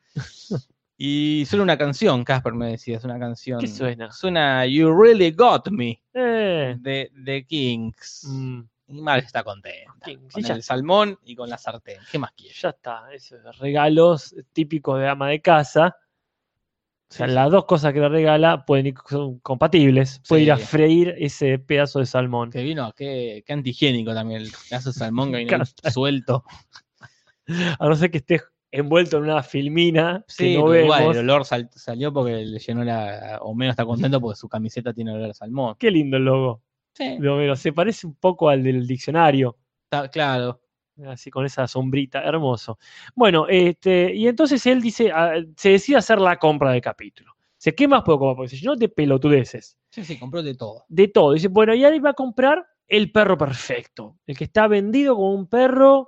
Y suena una canción, Casper me decía, es una canción.
¿Qué suena?
Suena You Really Got Me
Eh,
de The Kings.
mm,
Y Mar está contenta.
Kings, y
Con
ya
el
está.
salmón y con la sartén. ¿Qué más quieres?
ya está, esos regalos típicos de ama de casa. O sea, las dos cosas que le regala pueden ir, son compatibles. Puede
Sí.
ir a freír ese pedazo de salmón.
Que vino, qué, qué antihigiénico también el pedazo de salmón
Me
que viene ahí suelto.
A no ser que estés envuelto en una filmina
Sí,
que no
pero
vemos.
igual, el olor sal- salió porque le llenó la. Homero está contento porque su camiseta tiene olor a salmón.
Qué lindo el logo
Sí,
de Homero. Se parece un poco al del diccionario.
está claro.
Así con esa sombrita, hermoso. Bueno, este, y entonces él dice, ah, se decide hacer la compra del capítulo. Dice, ¿qué más puedo comprar? Porque si no te pelotudeces.
Sí, sí, compró de todo.
de todo. Dice, bueno, y ahora va a comprar el perro perfecto, el que está vendido como un perro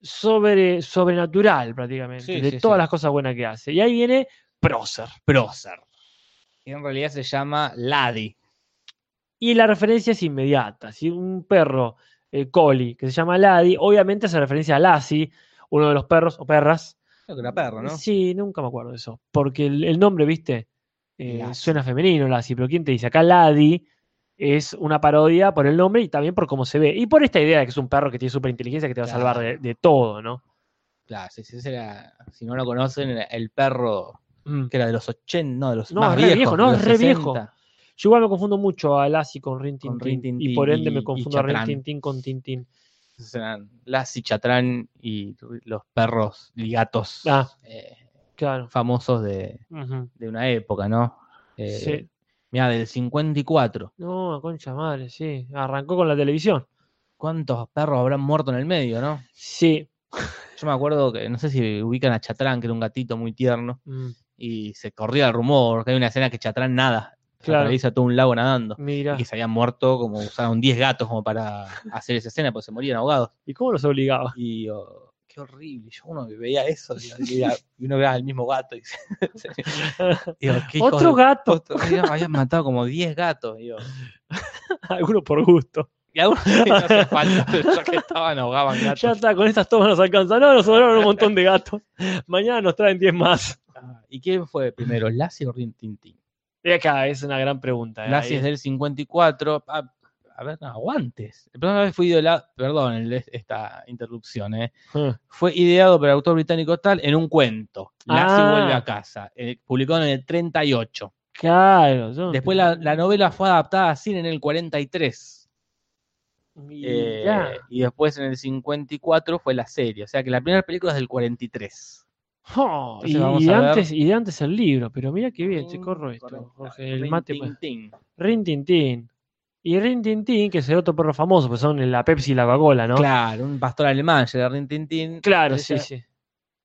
sobre, sobrenatural prácticamente,
Sí,
de
sí,
todas
sí.
las cosas buenas que hace. Y ahí viene Procer.
Prócer. Que en realidad se llama Ladi.
Y la referencia es inmediata. Si un perro eh, collie que se llama Ladi, obviamente hace referencia a Lassie, uno de los perros o perras.
Creo que era perro, ¿no?
Sí, nunca me acuerdo de eso. Porque el, el nombre, viste, Eh,
Lassie.
suena femenino, Lassie, pero ¿quién te dice? Acá Ladi es una parodia por el nombre y también por cómo se ve. Y por esta idea de que es un perro que tiene súper inteligencia que te va a salvar de,
Claro.
de todo, ¿no?
Claro, sí, sí, ese era, si no lo conocen, era el perro
Mm.
que era de los 80, no, de los
No,
más
es re
viejos,
viejo,
de
no,
los
es re viejo.
60.
Yo igual me confundo mucho a Lassie con Rin Tin
Con
Tin,
Rin Tin
y
Tin
por ende
y-
me
y
confundo a Rin
Chatrán.
Tin Tin con Tin Tin.
Esos eran Lassie, Chatrán y los perros y gatos
Ah.
eh,
Claro.
famosos de,
Ujú.
de una época, ¿no? Eh,
Sí.
Mira, del 54.
No, concha madre, sí. Arrancó con la televisión.
¿Cuántos perros habrán muerto en el medio, no?
Sí.
Yo me acuerdo que, no sé si ubican a Chatrán, que era un gatito muy tierno,
Mm,
y se corría el rumor que hay una escena que Chatrán nada,
Claro.
atraviesa todo un lago nadando.
Mira.
Y que se habían muerto, como usaron 10 gatos como para hacer esa escena, porque se morían ahogados.
¿Y cómo los obligaba?
Y yo, qué horrible. Yo uno veía eso digo, y, veía- y uno veía al mismo gato. Y, se- se- digo, qué hijo
Otro
de-
gato.
otro- digo, habían matado como 10 gatos. digo.
Alguno por gusto.
Y algunos sí, no hace falta, ya que estaban ahogaban gatos.
Ya está, con estas tomas nos alcanza. No, nos sobraron un montón de gatos. Mañana nos traen 10 más.
Ah, ¿Y quién fue primero, Lassie o Rin Tin Tin?
Y acá es una gran pregunta. eh,
Lassie
ahí.
es del 54. Ah, a ver, no, aguantes. La primera vez fue idolado- perdón el- esta interrupción, ¿eh?
Ah.
Fue ideado por el autor británico tal en un cuento. Lassie
Ah.
vuelve a casa, eh, publicado en el 38.
Claro. yo-
Después la, la novela fue adaptada a cine en el 43. eh,
Mirá.
y después en el 54 fue la serie. O sea que la primera película es del 43.
Oh,
entonces
y,
vamos
y
a ver.
antes, y de antes el libro, pero mira qué bien, che, corro esto,
Correcto.
Jorge, el
Rin
mate.
Tin
pues.
Tin.
Rin Tin Tin. Y Rin Tin Tin, que es el otro perro famoso, pues son la Pepsi y la Coca-Cola, ¿no?
Claro, un pastor alemán, llega Rin Tin Tin.
Claro,
Ese-
sí, sí.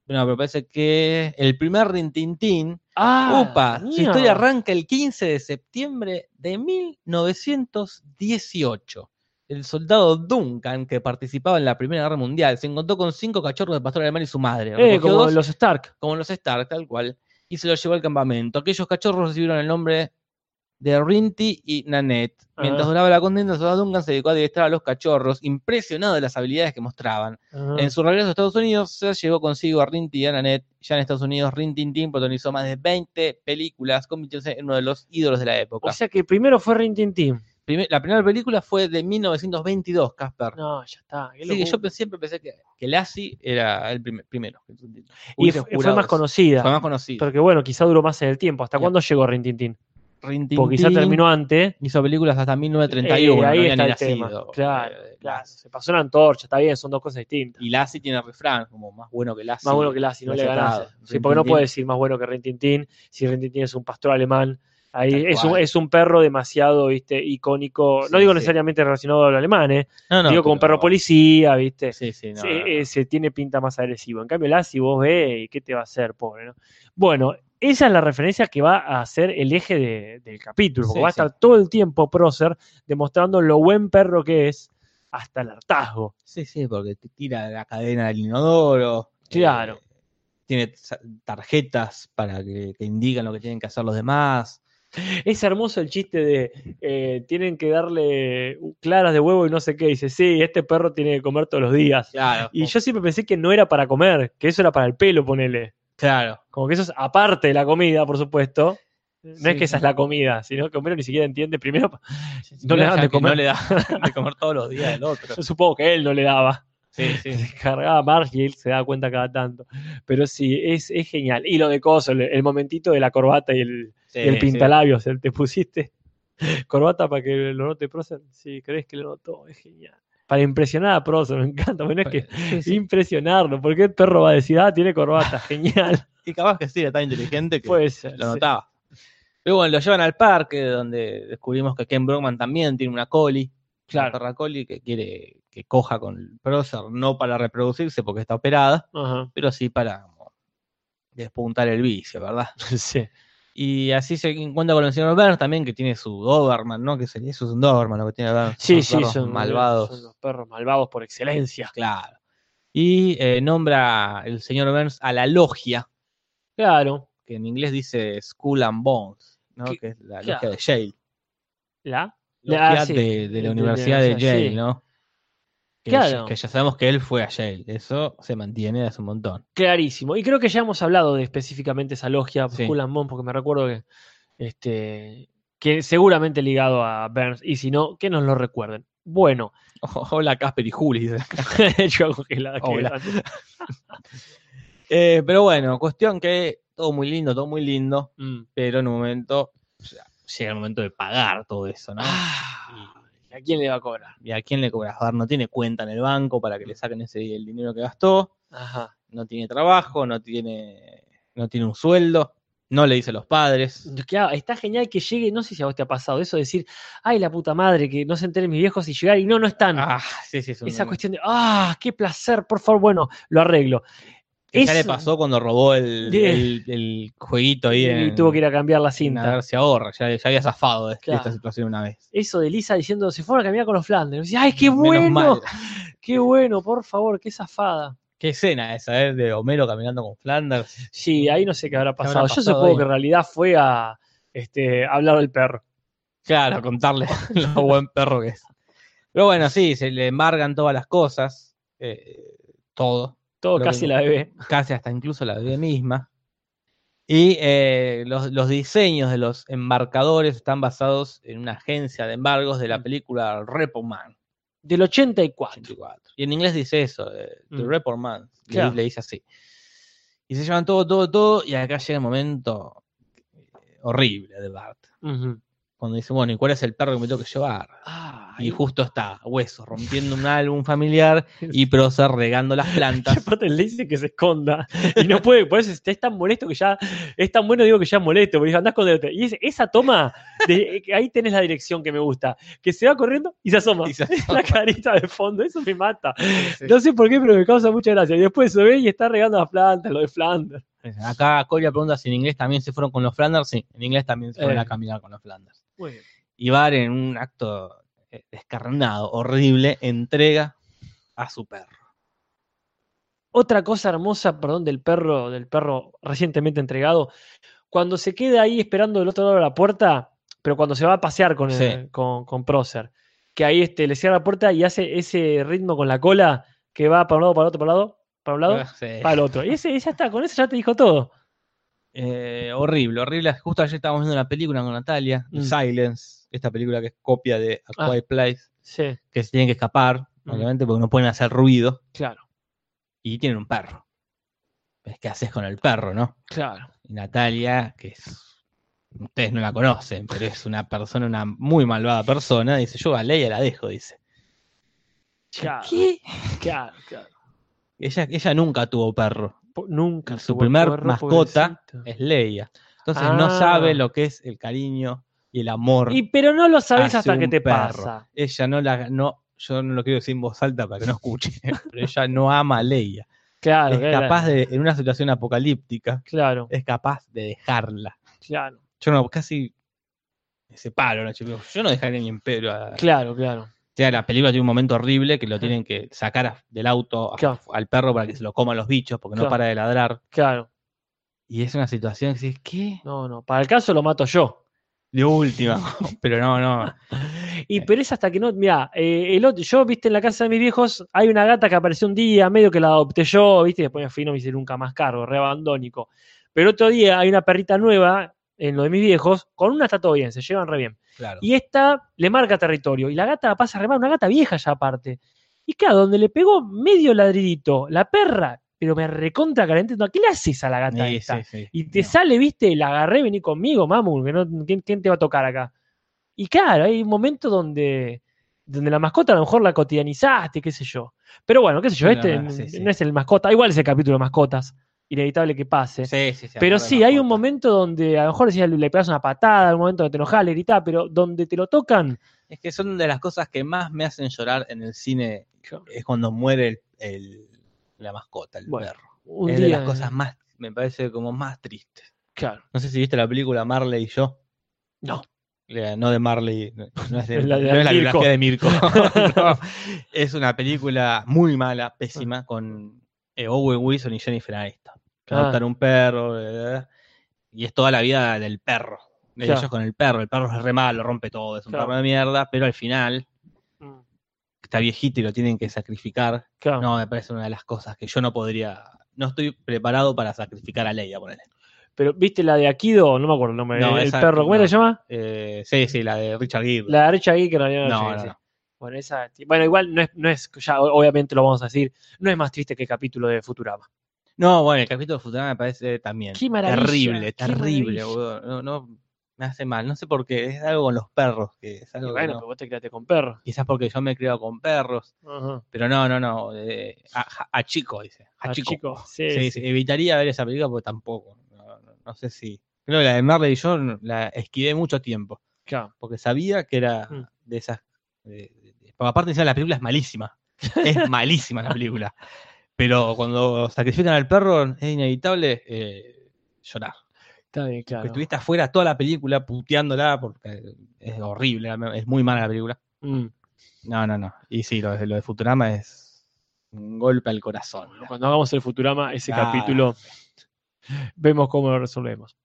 Bueno, pero parece que el primer Rin Tin Tin.
Ah, Eh,
¡Upa! Su
mira.
historia arranca el 15 de septiembre de 1918. El soldado Duncan, que participaba en la Primera Guerra Mundial, se encontró con cinco cachorros de pastor alemán y su madre.
Eh,
Recogió
como
dos,
los Stark.
como los Stark, tal cual, y se los llevó al campamento. Aquellos cachorros recibieron el nombre de Rinty y Nanette. Mientras
Ah.
duraba la condena, el soldado Duncan se dedicó a adiestrar a los cachorros, impresionado de las habilidades que mostraban.
Ah,
En su regreso a Estados Unidos, se llevó consigo a Rin Tin y a Nanette. Ya en Estados Unidos, Rin Tin Tin protagonizó más de 20 películas, convirtiéndose en uno de los ídolos de la época.
O sea que primero fue Rin Tin Tin.
Primer- la primera película fue de 1922, Casper.
No, ya está. qué
Así que yo
locura.
pe- siempre pensé que, que Lassie era el prim- primero.
y
Hubiese
fu- fue
jurado
más
eso.
conocida.
Fue más conocido.
Porque bueno, quizá duró más en el tiempo. ¿Hasta
Ya.
cuándo llegó Rin Tin Tin?
Rin Tin
Porque quizá
Tin
terminó antes.
Hizo películas hasta
Eh,
1931.
ahí
no había
está
ni
el tema.
nacido,
Claro,
eh,
claro.
Lassie.
Se pasó una antorcha, está bien, son dos cosas distintas.
Y Lassie tiene el refrán, como más bueno que Lassie.
más bueno que Lassi, no
lo
le
has
ganás.
atado.
Sí, porque no
Rintintín.
puede decir más bueno que Rintintín si Rintintín es un pastor alemán. Ahí
Tal
es un,
cual.
es un perro demasiado viste icónico, no
Sí,
digo
sí.
necesariamente relacionado al alemán, ¿eh?
No, no,
digo como un
pero-
perro policía, ¿viste?
Sí, sí, no,
se,
no, no.
eh, se tiene pinta más agresivo. En cambio, Lassi vos ve y qué te va a hacer, pobre. ¿no? Bueno, esa es la referencia que va a ser el eje de- del capítulo, porque
Sí,
va a
sí.
estar todo el tiempo Prócer demostrando lo buen perro que es hasta el hartazgo.
Sí, sí, porque te tira la cadena del inodoro.
Claro.
eh, tiene sa- tarjetas para que, que indican lo que tienen que hacer los demás.
Es hermoso el chiste de eh, tienen que darle uh, claras de huevo y no sé qué. Dice, sí, este perro tiene que comer todos los días.
Claro.
Y yo siempre pensé que no era para comer, que eso era para el pelo, ponele.
Claro.
Como que eso es aparte de la comida, por supuesto. No
Sí,
es que esa
sí.
es la comida, sino que Homero ni siquiera entiende. Primero,
No
le
le,
dan de
de
comer.
no le dan de comer todos los días al otro.
yo supongo que él no le daba.
Sí, sí.
Cargaba a Marge y él se da cuenta cada tanto. Pero sí, es, es genial. Y lo de coso, el- el momentito de la corbata y el,
sí,
y el
sí.
pintalabios, el te pusiste corbata para que lo note Procer. Si crees que lo notó, es genial. Para impresionar a Procer, me encanta. Bueno, es que
Sí, sí.
impresionarlo, porque el perro va a decir, ah, tiene corbata, genial.
Y capaz que sí, era tan inteligente que
Puede ser.
lo
sí.
notaba. Pero bueno, lo llevan al parque, donde descubrimos que Ken Brockman también tiene una coli. Una
Claro.
perra coli que quiere que coja con el prócer, no para reproducirse porque está operada.
Ajá.
pero sí para como, despuntar el vicio, ¿verdad?
Sí.
Y así se encuentra con el señor Bern también, que tiene su Doberman, ¿no? Que sería, eso es un Doberman lo que tiene Bern.
Sí,
los
sí,
perros
son
malvados.
Son los perros malvados por excelencia.
Claro. Y eh, nombra el señor Burns a la logia,
Claro.
que en inglés dice School and Bones, ¿no?
Que-
que es la
claro.
logia de Yale.
La.
Logia
sí.
de, de
de
la
la
Universidad de,
universidad,
Yale,
sí.
¿no? Que,
Claro.
que ya sabemos que él fue a Yale. Eso se mantiene hace un montón.
Clarísimo. Y creo que ya hemos hablado de específicamente esa logia
Sí.
Skull and Bones, porque me recuerdo que este que seguramente ligado a Burns, y si no, que nos lo recuerden. Bueno,
Hola, Casper y Juli. dice.
yo congelada. que
Hola.
grande.
Eh, pero bueno, cuestión que todo muy lindo, todo muy lindo,
Mm.
pero en un momento o sea, llega el momento de pagar todo eso, ¿no?
Ah. ¿Y ¿A quién le va a cobrar?
¿Y a quién le cobras? Bar no tiene cuenta en el banco para que le saquen ese el dinero que gastó,
Ajá.
no tiene trabajo, no tiene, no tiene un sueldo, no le dice a los padres.
Claro, está genial que llegue, no sé si a vos te ha pasado eso, decir, ay, la puta madre, que no se enteren mis viejos y llegar y no, no están.
Ah, sí, sí, es un-
Esa cuestión de, ah, qué placer, por favor, bueno, lo arreglo.
que ya le
eso-
pasó cuando robó el,
Bien.
el- el jueguito ahí.
Y tuvo que ir a cambiar la
sin
cinta.
se ahorra, ya, ya había zafado de, de
Claro.
esta situación una vez.
Eso de Lisa diciendo, se fueron a caminar con los Flanders. Y, ay, qué
Menos
bueno,
mal.
qué bueno, por favor, qué zafada.
Qué escena esa, ¿eh? De Homero caminando con Flanders.
Sí, ahí no sé qué habrá
habrá
pasado. Yo
pasado
supongo
ahí?
que en realidad fue a este, hablar del perro.
Claro, contarle lo buen perro que es. Pero bueno, sí, se le embargan todas las cosas. eh, todo.
Todo
Lo
casi
mismo.
la bebé.
Casi hasta incluso la bebé misma. Y eh, los, los diseños de los embarcadores están basados en una agencia de embargos
Mm.
de la película Repo Man.
Del 84.
84. Y en inglés dice eso, eh, The
Mm.
Report Man. le-
Claro.
Le, dice así. Y se llevan todo, todo, todo. Y acá llega el momento eh, horrible de Bart.
Ujú.
Cuando dice, bueno, ¿y cuál es el perro que me tengo que llevar?
Ay,
Y justo está, hueso, rompiendo un álbum familiar y Procer regando las
Y
plantas.
aparte le dice que se esconda. Y no puede, por eso es, es tan molesto que ya. Es tan bueno, digo que ya es molesto. Porque dice, andás esconderte. Y es- esa toma, de- eh, ahí tenés la dirección que me gusta. Que se va corriendo y se asoma.
Y se-
La carita de fondo, eso me mata. No sé por qué, pero me causa mucha gracia. Y después se ve y está regando las plantas, lo de Flanders.
Eh, Acá Coria pregunta si en inglés también se fueron con los Flanders. Sí, en inglés también se fueron
Eh.
a caminar con los Flanders. Y Bart, en un acto eh, descarnado, horrible, entrega a su perro.
Otra cosa hermosa, perdón, del perro, del perro recientemente entregado, cuando se queda ahí esperando del otro lado de la puerta, pero cuando se va a pasear con, el- con, con Procer, que ahí este, le cierra la puerta y hace ese ritmo con la cola que va para un lado, para el otro, para el lado, para un lado,
Ah, Sí.
para el otro. Y ese, ya está, con eso ya te dijo todo.
Eh, horrible, horrible. Justo ayer estábamos viendo una película con Natalia, The
Mm.
Silence, esta película que es copia de A
Ah.
Quiet Place,
Sí,
que se tienen que escapar,
Mm.
obviamente, porque no pueden hacer ruido
claro,
y tienen un perro. Es que haces con el perro, ¿no?
claro.
Y Natalia, que es. Ustedes no la conocen, pero es una persona, una muy malvada persona, dice: Yo a Leia la dejo, dice.
Claro,
¿Qué?
claro, claro.
Ella, ella nunca tuvo perro.
Po- Nunca.
Su
tuvo
primer
perro,
mascota
pobrecito.
es Leia. Entonces no sabe
Ah.
lo que es el cariño y el amor.
Y pero no lo sabes
hace
hasta que
un
te
perro.
pasa.
Ella no la no, yo no lo quiero decir en voz alta para que no escuche, pero ella no ama a Leia.
Claro,
es
claro,
capaz de, en una situación apocalíptica,
claro,
es capaz de dejarla.
claro,
Yo no, casi me separo anoche, pero Yo no dejaría ni en pedo. a- O
claro, claro.
sea, la película tiene un momento horrible que lo tienen que sacar a- del auto a-
Claro.
al perro para que se lo coman los bichos porque
Claro.
no para de ladrar.
Claro,
Y es una situación que decís, ¿qué?
no, no. Para el caso lo mato yo.
De última. pero no, no.
Y pero es hasta que no. Mira, el otro, yo, viste, en la casa de mis viejos hay una gata que apareció un día, medio que la adopté yo, viste, y después me fui y no me hice nunca más cargo, re abandónico. Pero otro día hay una perrita nueva en lo de mis viejos, con una está todo bien, se llevan re bien.
Claro.
Y esta le marca territorio. Y la gata la pasa a remar, una gata vieja ya aparte. Y claro, donde le pegó medio ladridito, la perra, pero me recontra calentando. ¿Qué le haces a la gata
Sí,
esta?
sí, sí.
Y te
No.
sale, viste, la agarré, vení conmigo, mamu, que no, ¿quién, quién te va a tocar acá? Y claro, hay un momento donde, donde la mascota a lo mejor la cotidianizaste, qué sé yo. Pero bueno, qué sé yo,
Pero
este
no, sí, sí.
no es el mascota, igual es el capítulo de mascotas, inevitable que pase.
Sí, sí, sí,
Pero
acuerdo,
sí,
me
hay
acuerdo.
un momento donde a lo mejor decías, le pegas una patada, un momento donde te enojas, le gritás, pero donde te lo tocan,
Es que son de las cosas que más me hacen llorar en el cine, es cuando muere el, el- la mascota, el
Bueno,
perro.
un
es
día.
de las cosas más, me parece como más tristes.
Claro.
No sé si viste la película Marley y yo.
No.
Eh, No de Marley, no no es, de-
La de
no es la
Mirko.
biografía de Mirko. No. Es una película muy mala, pésima, con eh, Owen Wilson y Jennifer Aniston. Que
Ah.
adoptan un perro, eh, y es toda la vida del perro. De
Claro.
ellos con el perro. El perro es re malo, rompe todo, es un
Claro.
perro de mierda, pero al final
Mm,
está viejito y lo tienen que sacrificar.
claro.
No, me parece una de las cosas que yo no podría. No estoy preparado para sacrificar a Leia, ponele.
Pero viste la de Akido, no me acuerdo el nombre,
No,
el
esa
perro, ¿cómo
no.
se llama?
Eh, sí, sí, la de Richard Gere.
La derecha ahí que en realidad
no,
no,
no,
llegué, sí.
no.
Bueno, esa- bueno, igual no es, no es, ya o- obviamente lo vamos a decir, no es más triste que el capítulo de Futurama.
No, bueno, el capítulo de Futurama me parece también
Qué maravilla,
terrible,
qué
terrible,
maravilla.
boludo. No, no, me hace mal. No sé por qué, es algo con los perros. Que es
Y
algo que
bueno,
no-
pero vos te quedaste con perro.
Quizás porque yo me he criado con perros, pero no, no, no. eh, a, a chico, dice. A,
Ah,
chico.
chico, sí,
Sí,
sí.
sí, Evitaría ver esa película porque tampoco. No, no- no sé si. Creo que la de Marley y yo no- la esquivé mucho tiempo.
Claro.
Porque sabía que era
Mm.
de esas. de- de- de- porque aparte, encima, la película es malísima. Es malísima la película. Pero cuando sacrifican al perro, es inevitable eh, llorar.
Está bien,
Que
claro.
estuviste afuera toda la película puteándola porque es horrible, es muy mala la película.
Mm.
No, no, no. Y sí, lo de, lo de Futurama es un golpe al corazón.
Bueno, cuando hagamos el Futurama, ese
Ah.
capítulo, vemos cómo lo resolvemos.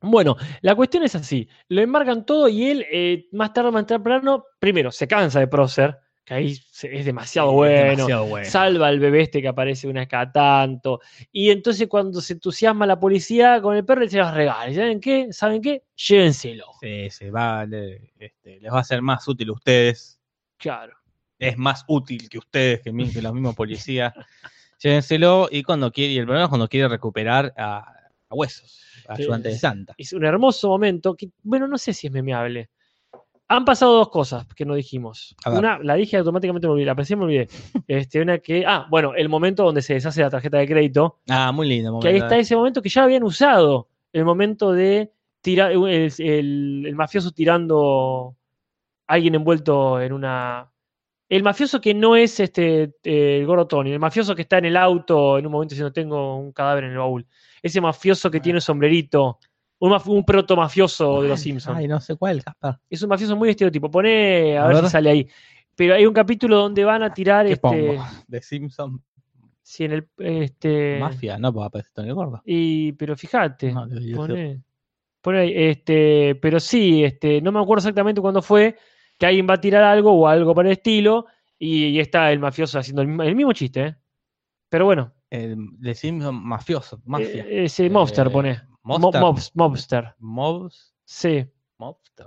Bueno, la cuestión es así: lo enmarcan todo y él, eh, más tarde, más temprano, primero se cansa de Procer, que ahí se- es demasiado
Es
bueno.
demasiado bueno.
Salva al bebé este que aparece una vez cada tanto. Y entonces, cuando se entusiasma la policía con el perro, le dice los regalos. ¿Saben qué? ¿Saben qué? Llévenselo.
Sí, sí, va, le- este, les va a ser más útil a ustedes.
Claro.
Es más útil que ustedes, que, mi- que los mismos policías. Llévenselo y cuando quiere, y el problema es cuando quiere recuperar a, a Huesos, a
Sí,
ayudante de
sí.
Santa.
es un hermoso momento que, bueno, no sé si es memeable. Han pasado dos cosas que no dijimos.
A ver.
Una, la dije automáticamente, me olvidé, la pensé y me olvidé. Este, una que, ah, bueno, el momento donde se deshace la tarjeta de crédito,
Ah, muy lindo.
que
momento,
ahí está
eh.
ese momento que ya habían usado, el momento de tirar, el, el- el mafioso tirando a alguien envuelto en una... El mafioso que no es este eh, el gordo Tony, el mafioso que está en el auto en un momento diciendo tengo un cadáver en el baúl, ese mafioso que tiene sombrerito, un, maf- un proto mafioso de los Simpsons.
Ay, no sé cuál, Gaspar.
Es un mafioso muy estereotipo. Pone a,
A
ver, si
ver.
sale ahí. Pero hay un capítulo donde van a tirar
¿Qué
este.
pongo? De Simpson.
Sí, en el. Este,
Mafia, no, porque aparece Tony el Gordo.
Y, pero fíjate.
No, de- de-
eh, Pone. pone ahí, este, pero sí, este, no me acuerdo exactamente cuándo fue que alguien va a tirar algo o algo para el estilo. Y, y está el mafioso haciendo el, mismo- el mismo chiste, ¿eh? Pero bueno,
el- eh, de Simpson mafioso, mafia.
eh, ese Mobster
Eh,
pone. Mo-
Mobster.
mobs- mobster.
Mobs.
Sí.
Mobster.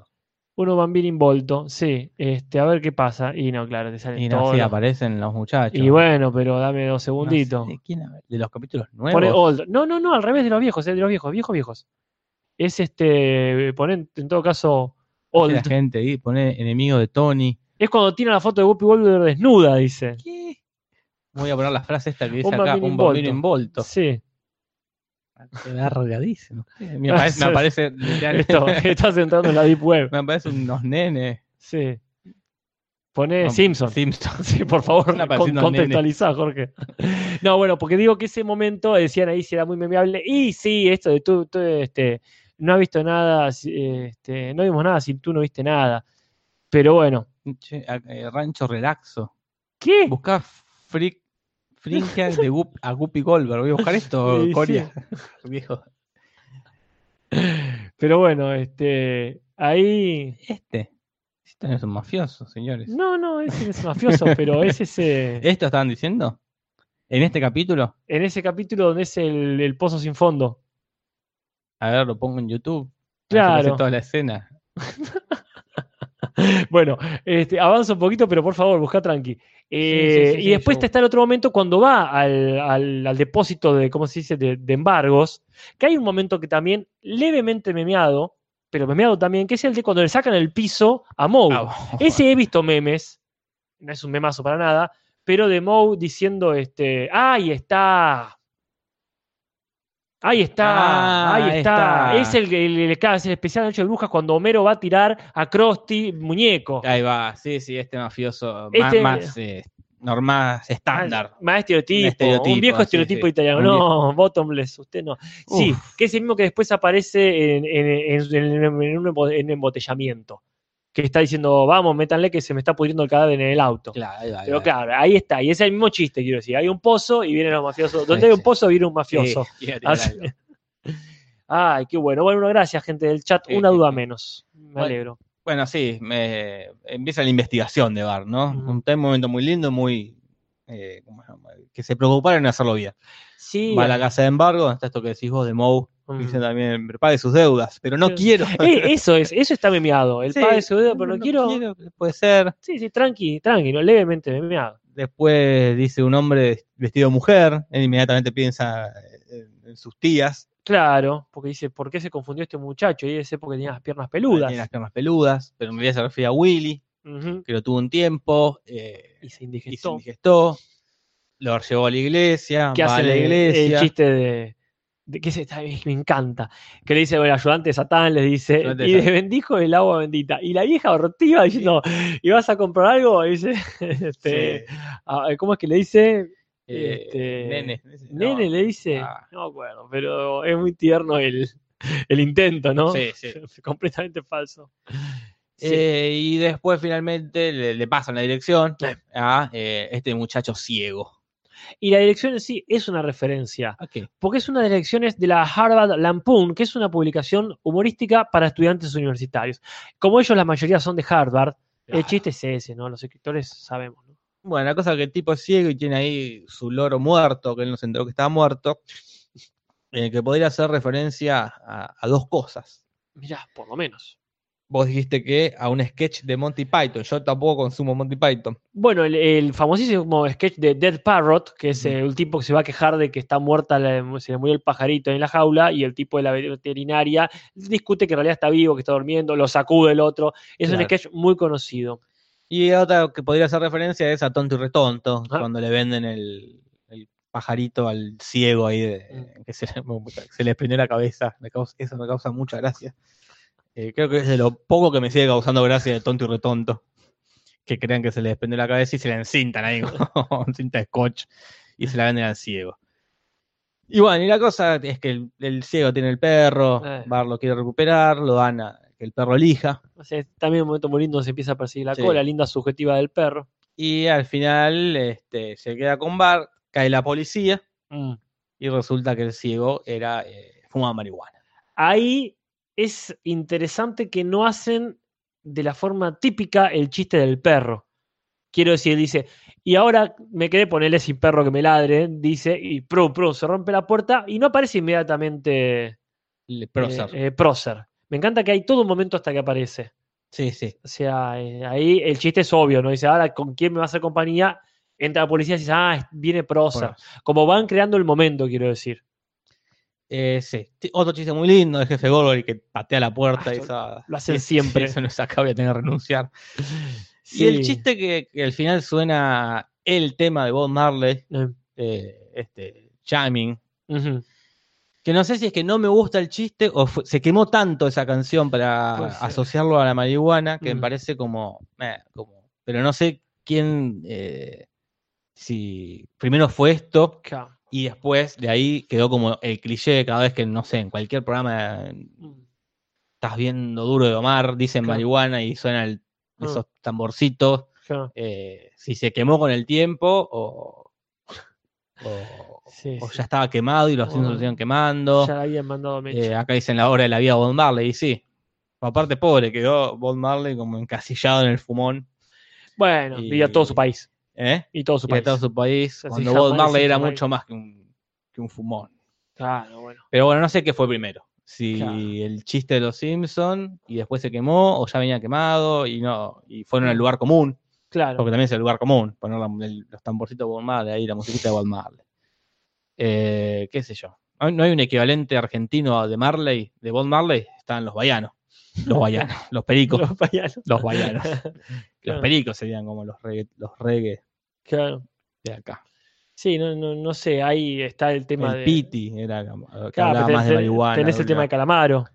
Uno bambino involto. Sí. Este, a ver qué pasa. Y no, claro, te salen
Y no,
todos
sí,
los-
aparecen los muchachos.
Eh, Y bueno, pero dame dos
No sé
segunditos.
¿De quién habla- de los capítulos nuevos?
Pone old. No, no, no, al revés de los viejos, eh, de los viejos, viejos, viejos. Es este, ponen en todo caso
Dice
old.
La gente ahí pone enemigo de Tony.
Es cuando tiran la foto de Whoopi Goldberg desnuda, dice.
¿Qué? Voy a poner la frase esta que dice
Un
acá,
bambino
un bombino involto.
Sí,
Se ve arrogadísimo. Me aparece, me aparece- literal,
esto, estás entrando en la Deep Web.
me aparecen unos nenes.
Sí. Pone
No,
Eh, Simpson.
Simpson.
Sí, por favor,
Están
con-
apareciendo nenes.
contextualizá, Jorge. No, bueno, porque digo que ese momento, decían ahí, si era muy memeable. Y sí, esto de tú, tú, este, no has visto nada, si- este, no vimos nada si tú no viste nada. Pero bueno,
Che, a- eh, Rancho Relaxo.
¿qué?
Buscá Freak. Fringian de Gup- a Guppy Goldberg. Voy a buscar esto,
Y sí.
Coria. Viejo.
Pero bueno, este, ahí.
Este. Este no es un mafioso, señores.
No, no, ese es mafioso, pero es ese.
¿Esto estaban diciendo? En este capítulo.
En ese capítulo donde es el, el pozo sin fondo.
A ver, lo pongo en YouTube. A ver si aparece
Claro.
toda la escena.
Bueno, este, avanza un poquito, pero por favor, busca tranqui. Eh,
sí, sí,
y
sí,
después
yo-
te está el otro momento cuando va al, al- al depósito de, ¿cómo se dice?, de, de embargos, que hay un momento que también levemente memeado, pero memeado también, que es el de cuando le sacan el piso a Moe.
Ah, bueno.
Ese he visto memes, no es un memazo para nada, pero de Moe diciendo, este, ahí está. Ahí está,
Ah,
ahí
ahí
está.
está.
Es el, el, el- es el especial de Noche de Brujas cuando Homero va a tirar a Krusty muñeco.
Ahí va, sí, sí, este mafioso
Este-
más, más eh, normal, estándar.
Más, más estereotipo, un,
Un estereotipo,
viejo
sí,
estereotipo
sí.
italiano.
Un
No, bottomless, usted no. Sí, que es el mismo que después aparece en, en- en- en- en un embo- en embotellamiento. Que está diciendo, vamos, métanle que se me está pudriendo el cadáver en el auto.
Claro, ahí va, ahí
Pero
va.
claro, ahí está. Y es el mismo chiste, quiero decir. Hay un pozo y vienen los mafiosos. Donde
Sí,
hay un
sí.
pozo, viene un
Sí,
mafioso.
quiero tirar
Así-
algo.
Ay, qué bueno. Bueno, bueno, gracias, gente del chat.
Sí,
Una
sí,
duda
sí.
menos. Me
Bueno.
alegro.
Bueno, sí, me- empieza la investigación de Bar, ¿no?
Ujú.
Un, un momento muy lindo, muy. eh, ¿cómo se llama? que se preocuparon en hacerlo bien.
Sí,
Va a la casa de embargo, está esto que decís vos de Moe,
Mm.
Dicen también, "Pero pague sus deudas, pero no
Sí.
quiero.
Eh, eso es, eso está memeado. El
Sí,
padre su dedo, pero
no
lo quiero.
Puede ser.
Sí, sí, tranqui, tranqui, no, levemente memeado.
Después dice un hombre vestido de mujer, él inmediatamente piensa eh, en, en sus tías,
Claro, porque dice, ¿por qué se confundió este muchacho? Y debe ser porque tenía las piernas
tiene las
peludas.
piernas peludas, pero me voy a hacer referir a Willy,
Ujú,
que lo tuvo un tiempo, eh,
Y se
y se
indigestó.
indigestó, lo llevó a la iglesia,
que
va a
hace
la
el,
iglesia,
el chiste de, de que se, ay, me encanta, que le dice el ayudante de Satán, le dice,
Ayudante de
y le
Satán.
bendijo el agua bendita. Y la vieja hortiva diciendo, ¿y vas a comprar algo? Y dice, este,
Sí,
a- ¿cómo es que le dice?
eh,
este,
nene,
Nene
no,
le dice,
ah.
no me acuerdo, pero es muy tierno el, el intento, ¿no?
sí, sí.
Completamente falso.
Eh, y después finalmente le, le pasan la dirección
Eh.
a eh, este muchacho ciego.
Y la dirección en sí es una referencia.
¿A qué?
porque es una de las lecciones de la Harvard Lampoon, que es una publicación humorística para estudiantes universitarios. Como ellos la mayoría son de Harvard, el
Claro.
chiste es ese, ¿no? Los escritores sabemos. ¿no?
Bueno, la cosa es que el tipo es ciego y tiene ahí su loro muerto, que él no se enteró que estaba muerto, eh, que podría hacer referencia a, a dos cosas.
Mirá, por lo menos.
Vos dijiste que a un sketch de Monty Python, yo tampoco consumo Monty Python.
Bueno, el, el famosísimo sketch de Dead Parrot, que es
Ujú.
eh, el tipo que se va a quejar de que está muerta, la- se le murió el pajarito en la jaula, y el tipo de la veterinaria discute que en realidad está vivo, que está durmiendo, lo sacude el otro. Es un
Claro.
sketch muy conocido.
Y otra que podría hacer referencia es a Tonto y Retonto,
Ah.
cuando le venden el, el pajarito al ciego ahí, de-
Mm.
que se le, se le prendió la cabeza. Me causa- eso me causa mucha gracia. Eh, creo que es de lo poco que me sigue causando gracia de Tonto y Retonto. Que crean que se le desprendió la cabeza y se la encintan ahí con cinta de scotch y se la venden al ciego. Y bueno, y la cosa es que el, el ciego tiene el perro,
Eh.
Bar lo quiere recuperar, lo dan a que el perro elija.
O sea, es también un momento muy lindo donde se empieza a perseguir la
Sí.
cola, linda subjetiva del perro.
Y al final este, se queda con Bart, cae la policía
Mm.
y resulta que el ciego era eh, fumaba marihuana.
ahí es interesante que no hacen de la forma típica el chiste del perro. Quiero decir, dice, y ahora me quedé ponerle sin perro que me ladre, dice, y pro, pro, se rompe la puerta y no aparece inmediatamente
Le- Prócer.
eh, eh, Prócer. Me encanta que hay todo un momento hasta que aparece.
sí, sí.
O sea, eh, ahí el chiste es obvio, ¿no? Dice, ahora, ¿con quién me vas a hacer compañía? Entra la policía y dice, ah, es- viene Prócer.
Bueno,
Como van creando el momento, quiero decir.
eh, sí. Ti- Otro chiste muy lindo del jefe Gorgory que patea la puerta
Ah,
y
eso
esa-
lo hacen
y eso-
siempre.
Eso no es acá, voy a tener que renunciar. Y el
Sí.
chiste que, que al final suena el tema de Bob Marley,
Eh,
eh, este, Jamming,
ujú.
que no sé si es que no me gusta el chiste o fue- se quemó tanto esa canción para
Puede ser.
asociarlo a la marihuana que
Mm.
me parece como, eh, como- Pero no sé quién. eh, si primero fue esto
Claro.
y después de ahí quedó como el cliché de cada vez que, no sé, en cualquier programa eh,
Mm.
estás viendo duro de Omar, dicen
Claro.
marihuana y suenan el-
Ah.
esos tamborcitos.
Claro.
eh, si se quemó con el tiempo o. o-
Sí,
o
sí.
ya estaba quemado y los
O-
Simpsons lo siguen quemando.
Ya la habían mandado
Eh,
mecha.
acá dicen la hora de la vida de Bob Marley, y sí. Aparte, pobre, quedó Bob Marley como encasillado en el fumón.
bueno, vivía todo su
y-
país.
¿eh?
Y todo su
Y a
país.
todo su país.
Así
cuando
jamás
Bob Marley
hizo
era
jamás.
mucho más que un, que un fumón.
Claro, bueno.
Pero bueno, no sé qué fue primero. Si
Claro.
el chiste de los Simpson y después se quemó, o ya venía quemado y no y fueron al
Mm.
lugar común.
Claro.
Porque también es el lugar común, poner la- el- los tamborcitos de Bob Marley ahí, la musiquita de Bob Marley. Eh, ¿Qué sé yo? ¿No no hay un equivalente argentino de Marley, de Bob Marley? Están los baianos. Los baianos, los pericos,
Los payasos.
los baianos. Los
Claro.
pericos serían como los reggae, los reggae
Claro.
de acá.
Sí, no, no, no sé. Ahí está el tema
El
de.
piti era como- que
Claro,
hablaba
pero
más de
ten-
marihuana.
Tenés
de
el tema de
olor.
Calamaro.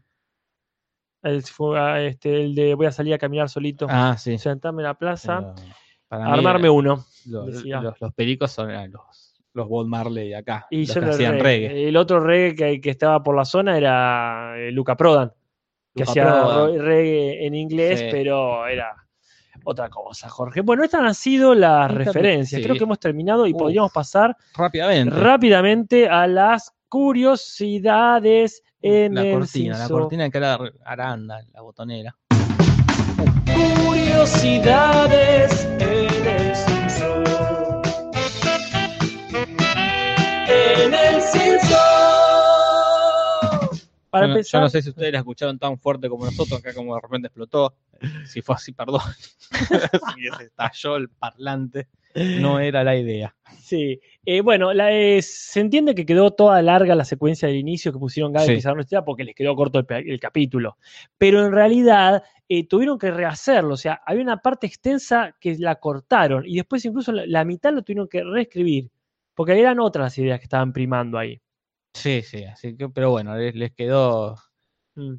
El, fu- ah, este, el de voy a salir a caminar solito.
Ah, sí.
Sentarme en la plaza.
pero para mí
Armarme
era-
uno.
lo-
decía.
los, los pericos son eran los, los Bob Marley de acá.
Y
los
yo eh,
que
no-
hacían reggae.
El otro reggae que, que estaba por la zona era eh, Luca Prodan. que
Luca
hacía
Prodan.
ro- reggae en inglés,
Sí.
pero era otra cosa, Jorge. Bueno, estas han sido las
Estas-
referencias. Creo
sí.
que hemos terminado y
Uf.
podríamos pasar
Rápidamente.
rápidamente a las curiosidades en
Mm, la
el
cortina, la
Cinzo.
cortina que era Aranda, la botonera.
Curiosidades en el Simpson. En el Simpson.
Para
yo, no,
empezar,
yo no sé si ustedes la escucharon tan fuerte como nosotros, acá como de repente explotó. Si fue así, perdón. si se estalló el parlante, no era la idea.
sí. Eh, bueno, la, eh, se entiende que quedó toda larga la secuencia del inicio que pusieron Gaby
Sí.
y Pizarro Estela porque les quedó corto el, pe- el capítulo. Pero en realidad eh, tuvieron que rehacerlo. O sea, había una parte extensa que la cortaron y después incluso la, la mitad lo tuvieron que reescribir porque eran otras las ideas que estaban primando ahí.
Sí, sí, así que, pero bueno, les, les quedó.
Mm.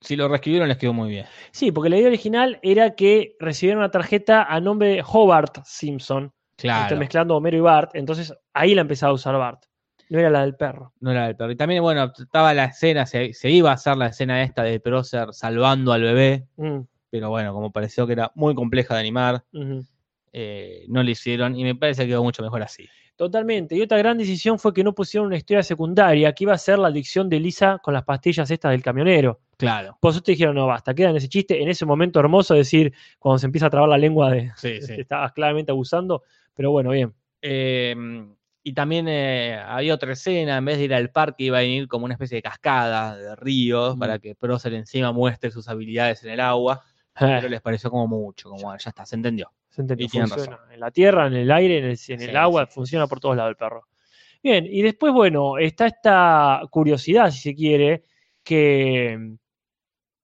Si lo reescribieron, les quedó muy bien.
Sí, porque la idea original era que recibieran una tarjeta a nombre de Hobart Simpson, estoy
Claro.
mezclando a Homero y Bart, entonces ahí la empezaba a usar Bart, no era la del perro.
No era del perro. Y también, bueno, estaba la escena, se, se iba a hacer la escena esta de Procer salvando al bebé,
Mm,
pero bueno, como pareció que era muy compleja de animar,
ujú.
eh, no lo hicieron y me parece que quedó mucho mejor así.
Totalmente. Y otra gran decisión fue que no pusieron una historia secundaria que iba a ser la adicción de Lisa con las pastillas estas del camionero.
Claro.
Por eso te dijeron, no, basta, queda en ese chiste, en ese momento hermoso, de decir, cuando se empieza a trabar la lengua de
Sí,
que estabas claramente abusando, pero bueno, bien.
Eh, y también eh, había otra escena, en vez de ir al parque iba a venir como una especie de cascada de ríos
Mm.
para que Procer encima muestre sus habilidades en el agua, pero
Eh,
les pareció como mucho, como "Ah, ya está, se entendió.
se entendió,
y tienen
funciona. En la tierra, en el aire, en el, en el
Sí,
agua,
sí, sí,
funciona
sí,
por todos lados el perro. Bien, y después, bueno, está esta curiosidad, si se quiere, que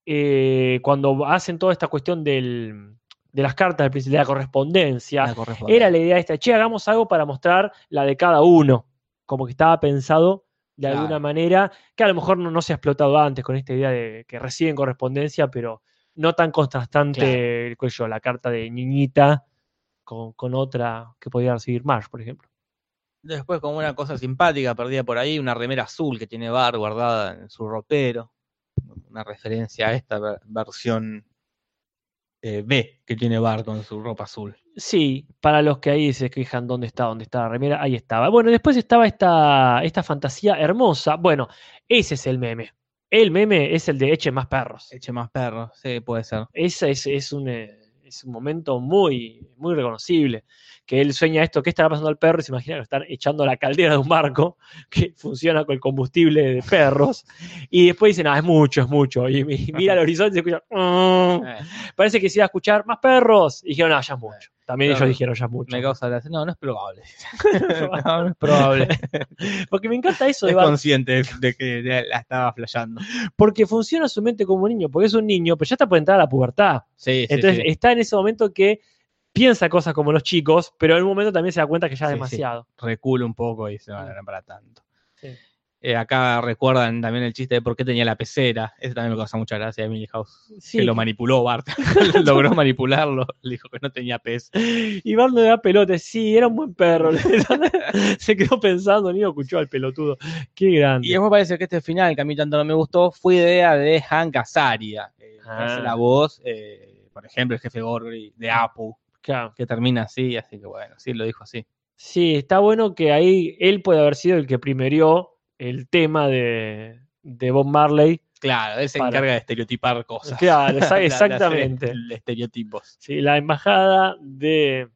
eh, cuando hacen toda esta cuestión del- de las cartas, del príncipe, de la correspondencia,
La corresponde.
era la idea esta, che, hagamos algo para mostrar la de cada uno, como que estaba pensado de
Claro.
alguna manera, que a lo mejor no, no se ha explotado antes con esta idea de que reciben correspondencia, pero no tan contrastante
Claro.
el cuello, la carta de niñita con, con otra que podía recibir Marsh, por ejemplo.
Después como una cosa simpática perdida por ahí, una remera azul que tiene Bar guardada en su ropero, una referencia a esta ver- versión eh, B que tiene Bar con su ropa azul.
Sí, para los que ahí se fijan dónde está, dónde está la remera, ahí estaba. Bueno, después estaba esta, esta fantasía hermosa. Bueno, ese es el meme. El meme es el de eche más perros.
Eche más perro, sí, puede ser.
Ese es, es un, eh, es un momento muy, muy reconocible. Que él sueña esto, ¿qué estará pasando al perro? Y se imagina que lo están echando a la caldera de un barco que funciona con el combustible de perros. Y después dicen, ah, es mucho, es mucho. Y, mi- mira al horizonte y se escucha, "Mm".
Eh,
parece que se iba a escuchar más perros. Y dijeron, ah, ya es mucho. También
Claro.
ellos dijeron, ya es mucho.
me causa gracia. No, no es probable. no, no es probable.
Porque me encanta eso de
es
Bart,
consciente de- de que ya la estaba flasheando.
porque funciona su mente como un niño, porque es un niño, pero ya está por entrar a la pubertad.
Sí, sí,
Entonces
sí.
está en ese momento que piensa cosas como los chicos, pero en un momento también se da cuenta que ya es
Sí, sí.
demasiado.
recula un poco y se van
Mm.
a para tanto.
Sí.
Eh, acá recuerdan también el chiste de por qué tenía la pecera. Ese también me causa mucha gracia de House.
Sí,
que lo manipuló Bart. Logró manipularlo. Le dijo que no tenía pez.
y Bart no le da pelota, sí, era un buen perro. se quedó pensando, ni lo escuchó al pelotudo. Qué grande.
Y después parece que este final, que a mí tanto no me gustó, fue idea de Hank Azaria. eh, que hace
Ah.
la voz, eh, por ejemplo, el jefe Gorgory de Apu,
Claro.
que termina así. Así que bueno, sí, lo dijo así.
Sí, está bueno que ahí él puede haber sido el que primerió el tema de, de Bob Marley.
Claro, él se
Para.
encarga de estereotipar cosas.
Claro, exa-
La- la- hacer
exactamente.
est- Estereotipos.
Sí, la embajada de.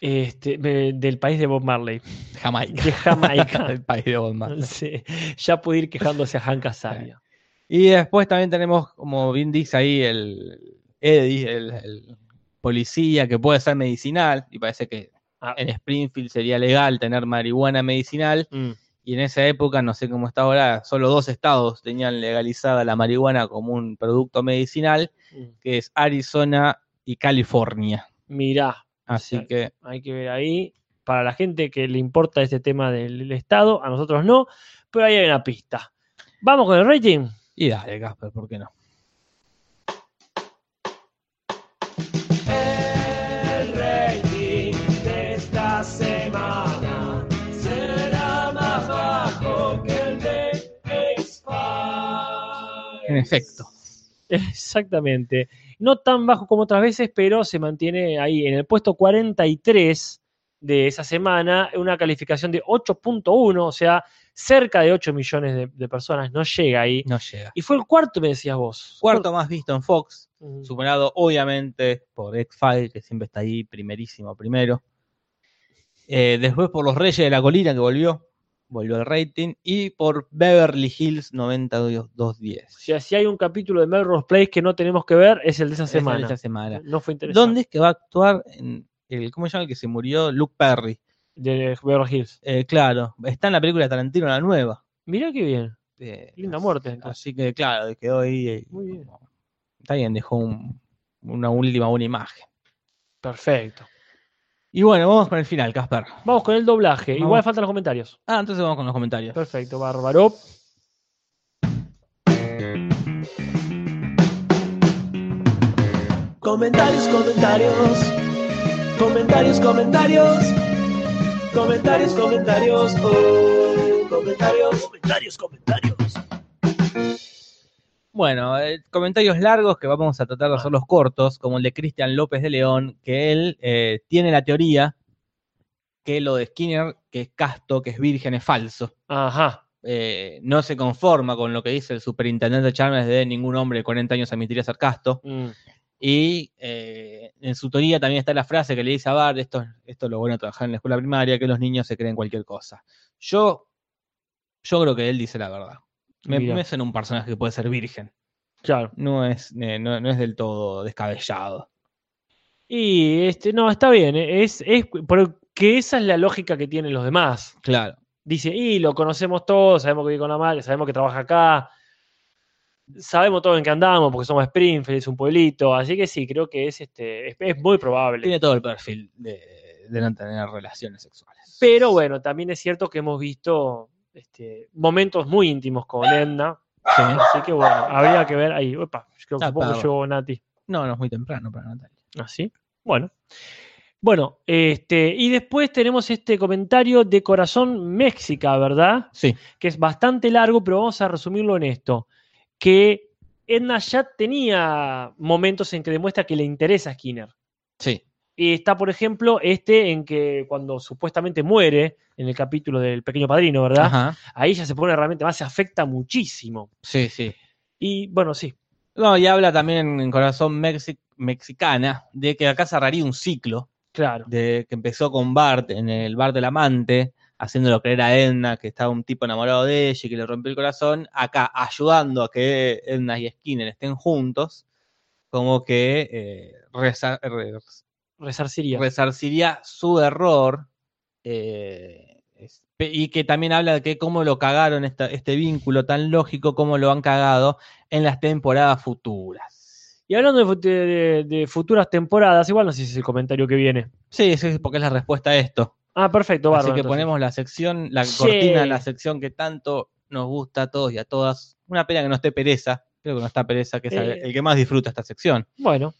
Este, de- del país de Bob Marley,
Jamaica.
de Jamaica.
El país de Bob Marley.
Sí, ya pude ir quejándose a Hank Azaria.
Y después también tenemos, como bien dice ahí, el Eddie, el, el policía que puede ser medicinal. Y parece que
Ah.
en Springfield sería legal tener marihuana medicinal.
mm,
Y en esa época, no sé cómo está ahora, solo dos estados tenían legalizada la marihuana como un producto medicinal,
mm.
que es Arizona y California.
Mirá,
Así
Exacto.
que
hay que ver ahí. Para la gente que le importa este tema del Estado, a nosotros no, pero ahí hay una pista. Vamos con el rating.
Y dale, Casper, ¿por qué no? En efecto.
Exactamente. No tan bajo como otras veces, pero se mantiene ahí en el puesto 43 de esa semana, una calificación de 8.1, o sea, cerca de 8 millones de, de personas, no llega ahí.
No llega.
Y fue el cuarto, me decías vos.
Cuarto más visto en Fox,
Mm.
superado obviamente por X-File, que siempre está ahí primerísimo, primero. Eh, después por Los Reyes de la Colina, que volvió. volvió al rating, y por Beverly Hills 90210.
Si así hay un capítulo de Melrose Place que no tenemos que ver, es el de esa
Esa
semana.
esta semana.
No fue interesante.
¿Dónde es que va a actuar? En el, ¿Cómo se llama el que se murió? Luke Perry.
De Beverly Hills.
Eh, claro, está en la película de Tarantino, la nueva.
Mirá qué bien.
Eh,
Linda
así-
muerte, entonces.
Así que, claro, quedó ahí. eh,
Muy bien.
como- Está bien, dejó un- una última buena imagen.
Perfecto.
Y bueno, vamos con el final, Casper.
Vamos con el doblaje.
Vamos.
Igual faltan los comentarios.
Ah, entonces vamos con los comentarios.
Perfecto, bárbaro.
Comentarios, comentarios. Comentarios, comentarios. Comentarios, comentarios. oh, comentarios, comentarios, comentarios.
Bueno, eh, comentarios largos que vamos a tratar de hacerlos cortos, como el de Cristian López de León, que él eh, tiene la teoría que lo de Skinner, que es casto, que es virgen, es falso.
Ajá.
Eh, no se conforma con lo que dice el superintendente Chalmers de ningún hombre de 40 años admitiría ser casto.
Mm.
Y eh, en su teoría también está la frase que le dice a Bart, esto, esto es lo bueno de trabajar en la escuela primaria, que los niños se creen cualquier cosa. Yo, yo creo que él dice la verdad. Me,
Mirá.
me suena un personaje que puede ser virgen
Claro.
no es, eh, no, no es del todo descabellado.
Y este, no, está bien. eh, Es, es porque esa es la lógica que tienen los demás.
Claro.
Dice, y lo conocemos todos, sabemos que vive con la madre, sabemos que trabaja acá, sabemos todo en qué andamos, porque somos Springfield, es un pueblito. Así que sí, creo que es este, es, es muy probable.
Tiene todo el perfil de, de no tener relaciones sexuales.
Pero bueno, también es cierto que hemos visto este, momentos muy íntimos con Edna.
Sí.
Así que bueno, habría que ver ahí. Opa, yo creo que
Ah,
un poco
perdón.
llegó Nati.
No, no es muy temprano para Natalia.
Así. Bueno. Bueno, este, y después tenemos este comentario de Corazón México, ¿verdad?
Sí.
Que es bastante largo, pero vamos a resumirlo en esto. Que Edna ya tenía momentos en que demuestra que le interesa a Skinner.
Sí.
Y está, por ejemplo, este en que cuando supuestamente muere, en el capítulo del Pequeño Padrino, ¿verdad?
Ajá.
Ahí ya se pone realmente más, se afecta muchísimo.
Sí, sí.
Y bueno, sí,
No, y habla también en Corazón Mexi- Mexicana de que acá cerraría un ciclo
claro.
de que empezó con Bart en el bar del amante, haciéndolo creer a Edna que estaba un tipo enamorado de ella y que le rompió el corazón, acá ayudando a que Edna y Skinner estén juntos, como que eh, reza- re-
Resarciría.
resarciría su error eh, es- pe- y que también habla de que cómo lo cagaron esta- este vínculo tan lógico, cómo lo han cagado en las temporadas futuras.
Y hablando de, fut- de- de futuras temporadas, igual no sé si es el comentario que viene.
Sí, sí, sí, porque es la respuesta a esto.
Ah, perfecto, bárbaro.
Así que
entonces.
ponemos la sección, la
Sí.
cortina, la sección que tanto nos gusta a todos y a todas. Una pena que no esté pereza, creo que no está pereza, que es el-
Eh.
el que más disfruta esta sección.
Bueno,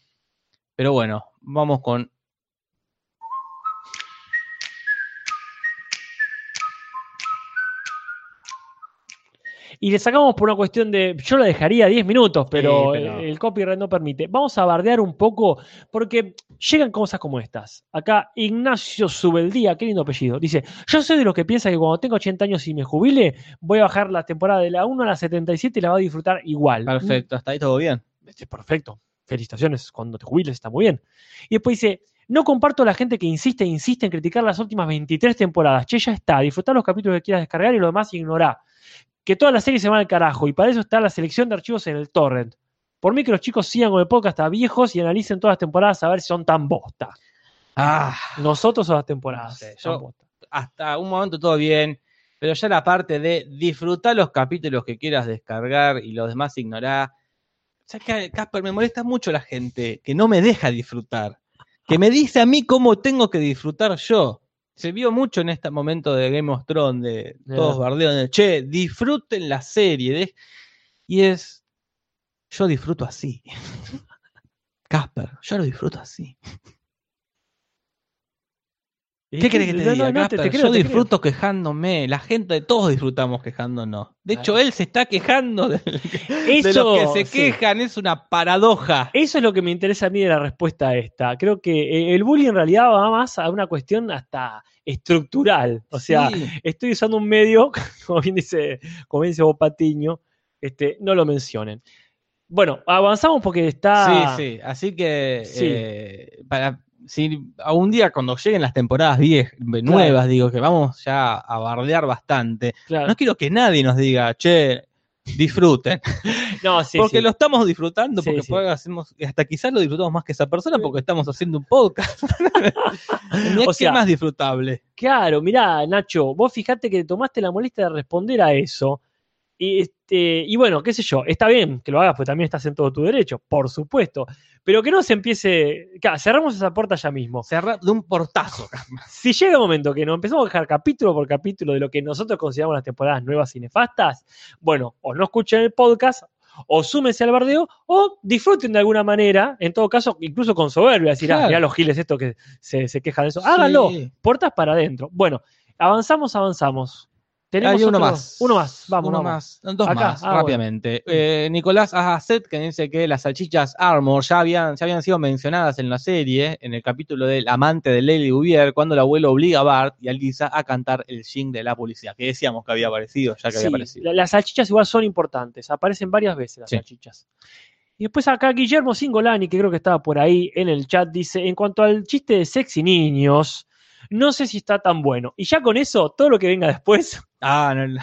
Pero bueno, vamos con
Mm. y le sacamos por una cuestión de. Yo la dejaría 10 minutos, pero,
Sí, pero-
el- el copyright no permite. Vamos a bardear un poco, porque llegan cosas como estas. Acá Ignacio Subeldía, qué lindo apellido, dice: Yo soy de los que piensa que cuando tengo 80 años y me jubile, voy a bajar la temporada de la 1 a la 77 y la va a disfrutar igual.
perfecto, hasta ahí todo bien.
Este, perfecto. Felicitaciones, cuando te jubiles está muy bien. Y después dice, no comparto a la gente que insiste e insiste en criticar las últimas 23 temporadas. Che, ya está, disfrutá los capítulos que quieras descargar y lo demás ignorá. Que toda la serie se va al carajo y para eso está la selección de archivos en el torrent. Por mí que los chicos sigan con el podcast a viejos y analicen todas las temporadas a ver si son tan bosta.
Ah,
Nosotros o las temporadas.
No sé,
tan
yo-
bosta.
hasta un momento todo bien, pero ya la parte de disfrutar los capítulos que quieras descargar y los demás ignorar. ¿Sabes qué, Casper? Me molesta mucho la gente que no me deja disfrutar, que me dice a mí cómo tengo que disfrutar yo. Se vio mucho en este momento de Game of Thrones, de
Ya.
todos bardeos, de, che, disfruten la serie. de-". Y es, yo disfruto así. Casper, yo lo disfruto así. ¿Qué crees que te
No, no,
diga,
no, te- te creo,
Casper? Yo
te creo.
disfruto quejándome. La gente, todos disfrutamos quejándonos. De hecho,
Claro.
él se está quejando de, de
Eso,
los que se
sí.
quejan. Es una paradoja.
Eso es lo que me interesa a mí de la respuesta a esta. Creo que eh, el bullying en realidad va más a una cuestión hasta estructural. O sea,
Sí,
estoy usando un medio, como bien dice, como bien dice Bob Patiño, este, no lo mencionen. Bueno, avanzamos porque está.
sí, sí. Así que
ah. Sí.
eh, para si a un día cuando lleguen las temporadas 10, nuevas, digo, que vamos ya a bardear bastante,
Claro.
no quiero que nadie nos diga, che, disfruten.
No, sí,
porque
sí.
lo estamos disfrutando,
Sí,
porque
sí.
puede- hacemos, hasta quizás lo disfrutamos más que esa persona porque estamos haciendo un podcast. Ni
O
es que
sea-
más disfrutable.
Claro, mirá, Nacho, vos fijate que tomaste la molestia de responder a eso. Y, este, y bueno, qué sé yo, está bien que lo hagas, porque también estás en todo tu derecho, por supuesto. Pero que no se empiece. Claro, cerramos esa puerta ya mismo.
Cerrar de un portazo.
Si llega un momento que nos empezamos a dejar capítulo por capítulo de lo que nosotros consideramos las temporadas nuevas y nefastas, bueno, o no escuchen el podcast, o súmense al bardeo, o disfruten de alguna manera, en todo caso, incluso con soberbia, decir, ah,
Claro.
mirá los giles estos que se, se quejan de eso. Háganlo,
Sí.
puertas para adentro. Bueno, avanzamos, avanzamos. Tenemos
Hay uno
otro-
más.
Uno más, vamos.
Uno
vamos.
más. Dos
Acá,
más,
ah, bueno.
rápidamente. Eh, Nicolás Azazet, que dice que las salchichas Armor ya habían, ya habían sido mencionadas en la serie, en el capítulo del amante de Lady Bouvier, cuando el abuelo obliga a Bart y a Lisa a cantar el jing de la policía, que decíamos que había aparecido, ya que
Sí,
había aparecido.
la- las salchichas igual son importantes, aparecen varias veces las
Sí.
salchichas. Y después acá Guillermo Singolani, que creo que estaba por ahí en el chat, dice, en cuanto al chiste de sexy niños, no sé si está tan bueno. Y ya con eso, todo lo que venga después,
Ah, no, no.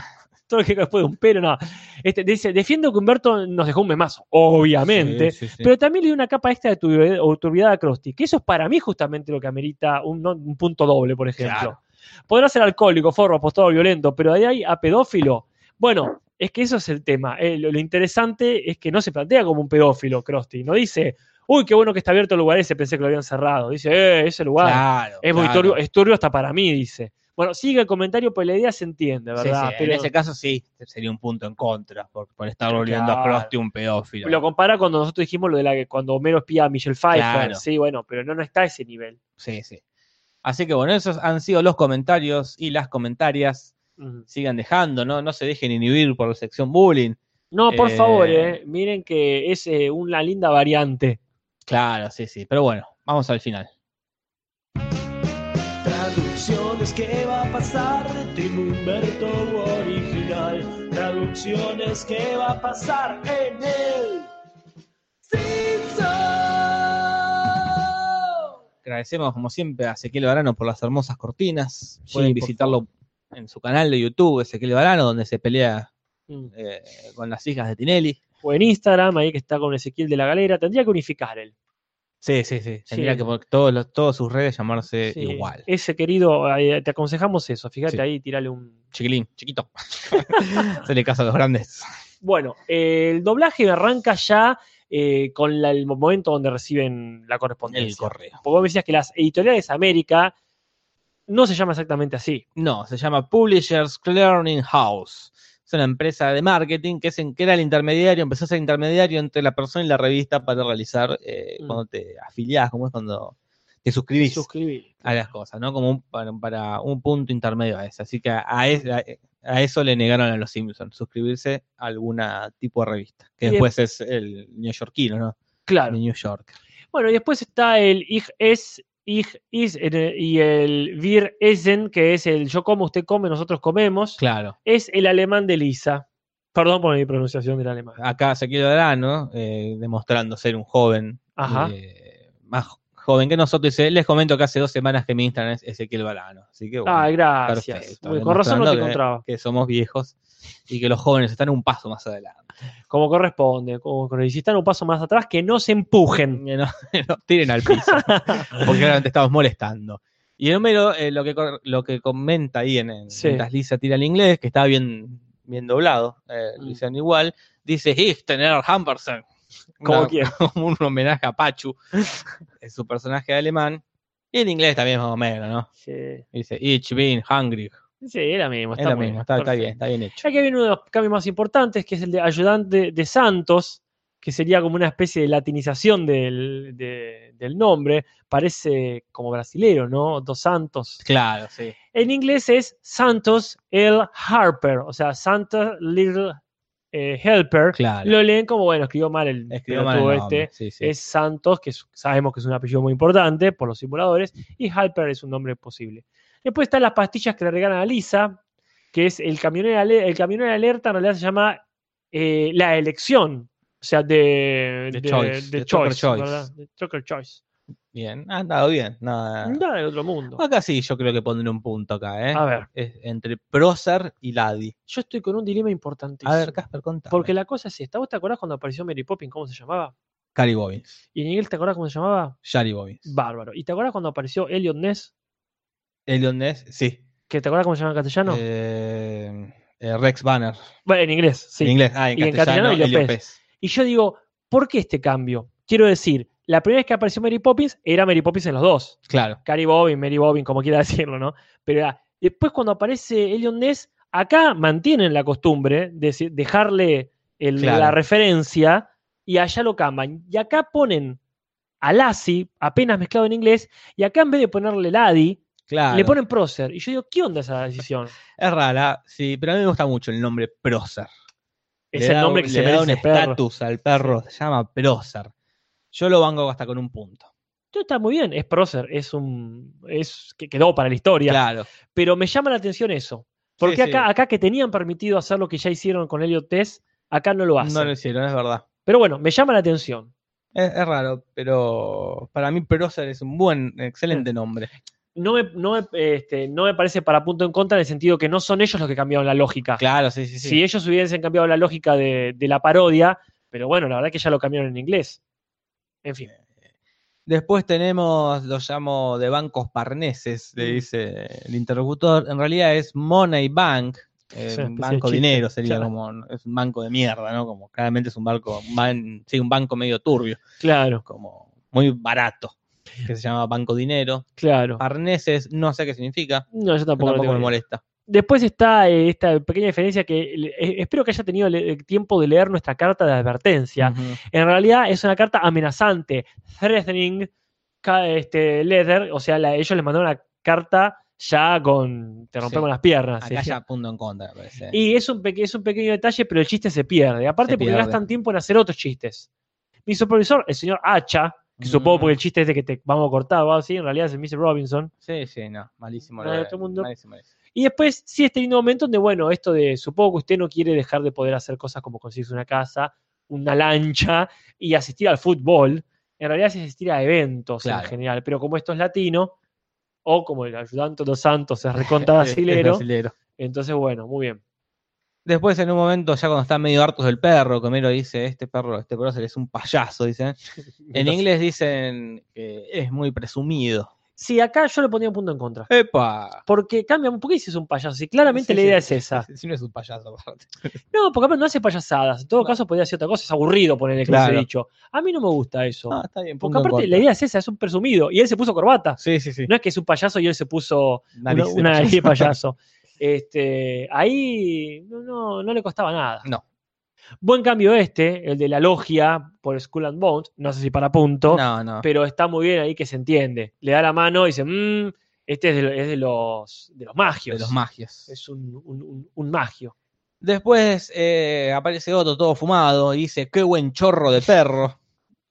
todo lo que venga después de un pero, no. Este, dice, defiendo que Humberto nos dejó un memazo, obviamente.
Sí, sí, sí.
Pero también le dio una capa extra de turbi- o turbiedad a Krusty, que eso es para mí justamente lo que amerita un, no- un punto doble, por ejemplo.
Claro.
Podrá ser alcohólico, forro, apostado, violento, pero de ahí a pedófilo. Bueno, es que eso es el tema. Eh, lo, lo interesante es que no se plantea como un pedófilo Krusty. No dice, uy, qué bueno que está abierto el lugar ese, pensé que lo habían cerrado. Dice, eh, ese lugar
Claro,
es, muy
claro.
turbio, es turbio hasta para mí, dice. Bueno, sigue el comentario, pues la idea se entiende,
Sí,
¿verdad?
sí,
Pero-
En ese caso sí, sería un punto en contra por, por estar volviendo
Claro.
a Frosty un pedófilo.
Lo compara cuando nosotros dijimos lo de la que cuando Homero espía a Michelle Pfeiffer.
Claro.
Sí, bueno, pero no, no está a ese nivel.
Sí, sí. Así que bueno, esos han sido los comentarios y las comentarias.
Ujú.
Sigan dejando, ¿no? No se dejen inhibir por la sección bullying.
No, por
Eh,
favor, eh, miren que es eh, una linda variante.
Claro, sí, sí. Pero bueno, vamos al final.
Traducciones que va a pasar de Tim Humberto original. Traducciones que va a pasar en el Simpson.
Agradecemos, como siempre, a Ezequiel Varano por las hermosas cortinas.
Sí,
Pueden
por
visitarlo en su canal de YouTube, Ezequiel Varano, donde se pelea
Mm.
eh, con las hijas de Tinelli.
O en Instagram, ahí que está con Ezequiel de la Galera. Tendría que unificar él.
Sí, sí, sí. Tendría
Sí.
que por todos los- todas sus redes llamarse
Sí.
Eh, igual.
Ese querido, eh, te aconsejamos eso. Fíjate
Sí.
ahí, tirale un.
Chiquilín, chiquito. se le casa a los grandes.
Bueno, eh, el doblaje arranca ya eh, con la- el momento donde reciben la correspondencia.
El correo.
Porque vos me decías que las editoriales América no se llama exactamente así.
No, se llama Publishers Clearing House. Es una empresa de marketing que, es en, que era el intermediario, empezó a ser intermediario entre la persona y la revista para realizar, eh,
Mm.
cuando te afiliás, como es cuando te suscribís
Suscribir.
a las cosas, ¿no? Como un, para, para un punto intermedio a eso. Así que a, es- a- a eso le negaron a los Simpsons, suscribirse a alguna tipo de revista, que
Y
después es el neoyorquino, ¿no?
Claro.
El New York.
Bueno, y después está el Ich es, Ich is eh, y el Wir essen, que es el yo como, usted come, nosotros comemos.
Claro.
Es el alemán de Lisa. Perdón por mi pronunciación del alemán.
Acá se quedará, ¿no? Eh, demostrando ser un joven
Ajá.
eh, más joven que nosotros. Dice, les comento que hace dos semanas que mi Instagram es Ezequiel Balano. Así que bueno,
Ah, gracias.
perfecto.
Muy- con razón no te
Demostrando
encontraba.
que somos viejos y que los jóvenes están un paso más adelante.
Como corresponde. Como corresponde. si están un paso más atrás, que no se empujen.
Que no, que no tiren al piso, porque realmente estamos molestando. Y en Homero, eh, lo, que, cor- lo que comenta ahí en, en
Sí.
mientras Lisa tira el inglés, que está bien, bien doblado, eh, lo
Mm.
hicieron igual, dice, "Ich tener Hampersen.
Como
Una-
quieran.
como un homenaje a Pachu, en su personaje de alemán. Y en inglés también es más o menos, ¿no?
Sí,
Dice, ich bin hungry.
sí, era mismo.
es lo
muy
mismo, está, está bien,
perfecto.
está bien hecho.
Ya que viene uno de los cambios más importantes, que es el de ayudante de Santos, que sería como una especie de latinización del, de- del nombre. Parece como brasilero, ¿no? Dos Santos.
Claro, sí.
En inglés es Santos L. Harper, o sea, Santos Little eh, Helper.
Claro.
Lo leen como, bueno, escribió mal el,
Escribió mal el
pelotudo
nombre,
este.
sí, sí.
Es Santos, que es- sabemos que es un apellido muy importante por los simuladores, y Halper es un nombre posible. Después están las pastillas que le regalan a Lisa, que es el camionero, ale- el camionero alerta, en realidad se llama eh, la elección, o sea, de,
The Choice,
de
de Trucker
choice,
Choice.
¿verdad? De Trucker Choice.
Bien, ha andado bien. Nada.
Nada del otro mundo.
Acá sí, yo creo que pondré un punto acá, ¿eh?
A ver,
Es entre Procer y Ladi.
yo estoy con un dilema importantísimo.
A ver, Casper, contame.
porque la cosa es esta. ¿Vos te acordás cuando apareció Mary Poppins? ¿Cómo se llamaba?
Cary Bobbins.
¿Y Miguel te acordás cómo se llamaba?
Shari Bobbins.
Bárbaro. ¿Y te acordás cuando apareció Elliot Ness?
Elion Ness, sí.
¿Que te acordás cómo se llama en castellano?
Eh, eh, Rex Banner.
bueno, en inglés, sí.
En inglés. Ah, en
Y en
castellano,
castellano, Elliot
Elliot
Pez.
Pez.
Y yo digo, ¿por qué este cambio? Quiero decir, la primera vez que apareció Mary Poppins era Mary Poppins en los dos.
Claro.
Cary Bobbin, Mary Bobbin, como quiera decirlo, ¿no? Pero era- después cuando aparece Elion Ness, acá mantienen la costumbre de se- dejarle el-
Claro.
la referencia y allá lo cambian. Y acá ponen a Lassie, apenas mezclado en inglés, y acá en vez de ponerle Laddie,
Claro.
le ponen Procer. Y yo digo, ¿qué onda esa decisión?
Es rara, sí, pero a mí me gusta mucho el nombre Procer.
Es
Le
el
da-
nombre que
le
se
da
merece
un
el perro.
estatus al perro, se llama Procer. Yo lo banco hasta con un punto.
Esto está muy bien, es Procer, es un. es que quedó para la historia.
Claro.
Pero me llama la atención eso. Porque
Sí, sí.
acá, acá que tenían permitido hacer lo que ya hicieron con Elliot Tess, acá no lo hacen.
No lo hicieron, es verdad.
Pero bueno, me llama la atención.
Es, es raro, pero para mí Procer es un buen, excelente
Mm.
nombre.
No me, no, me, este, no me parece para punto en contra en el sentido que no son ellos los que cambiaron la lógica.
Claro, sí, sí, sí.
Si ellos hubiesen cambiado la lógica de, de la parodia, pero bueno, la verdad que ya lo cambiaron en inglés. En fin,
Después tenemos, lo llamo de bancos parneses, le
Mm.
dice el interlocutor. En realidad es Money Bank, eh,
Es una especie de
banco
chiste,
dinero sería
claro.
como, es un banco de mierda, ¿no? Como claramente es un banco, un ban- sí, un banco medio turbio.
claro,
como muy barato, que se llama Banco Dinero.
claro.
Parneses, no sé qué significa,
No, yo tampoco, lo
Ah, tampoco,
tengo idea.
me molesta.
Después está eh, esta pequeña diferencia que le- eh, espero que haya tenido le- el tiempo de leer nuestra carta de advertencia.
Ujú.
En realidad es una carta amenazante, threatening ca- este, letter, o sea, la- ellos les mandaron una carta ya con te rompemos
Sí.
las piernas.
Acá
¿sí?
ya punto en contra, me parece.
Y es un, peque- es un pequeño detalle, pero el chiste se pierde. Aparte
Se
porque
pierde.
gastan tiempo en hacer otros chistes. Mi supervisor, el señor Hacha, que supongo
Mm.
porque el chiste es de que te vamos a cortar, ¿va? ¿sí? en realidad es el Mr. Robinson.
Sí, sí, no, malísimo.
No,
lo
de
de-
todo mundo.
malísimo eso.
Y después sí este lindo momento donde, bueno, esto de supongo que usted no quiere dejar de poder hacer cosas como conseguirse una casa, una lancha y asistir al fútbol. En realidad es asistir a eventos
Claro.
en general, pero como esto es latino, o como el ayudante de los santos es recontra
Es- es
brasilero,
brasilero.
entonces bueno, muy bien.
Después, en un momento, ya cuando están medio hartos del perro, Comero dice: Este perro, este perro es un payaso, dicen. En
Entonces-
inglés dicen que es muy presumido.
Sí, acá yo le ponía un punto en contra.
¡Epa!
Porque cambia, ¿por qué dices un payaso? Si claramente
Sí,
la
sí,
idea
sí,
es esa.
Si no es un payaso, aparte.
Ah, No, porque aparte no hace payasadas. En todo
Claro.
caso, podría hacer otra cosa. Es aburrido ponerle que les he
Claro.
dicho. A mí no me gusta eso.
Ah, está bien.
Porque
punto en
aparte la
contra.
idea es esa, es un presumido. Y él se puso corbata.
Sí, sí, sí.
No es que es un payaso y él se puso una-
Nariz de
una nariz de
payaso.
payaso. Este, ahí no, no, no le costaba nada.
No.
Buen cambio este, el de la logia por Skull and Bones. No sé si para punto,
No, no.
pero está muy bien ahí que se entiende. Le da la mano y dice, "Mm, este es de, lo- es de los, de los magios.
De los magios.
es un, un- un- un magio.
Después eh, aparece otro todo fumado y dice, qué buen chorro de perro.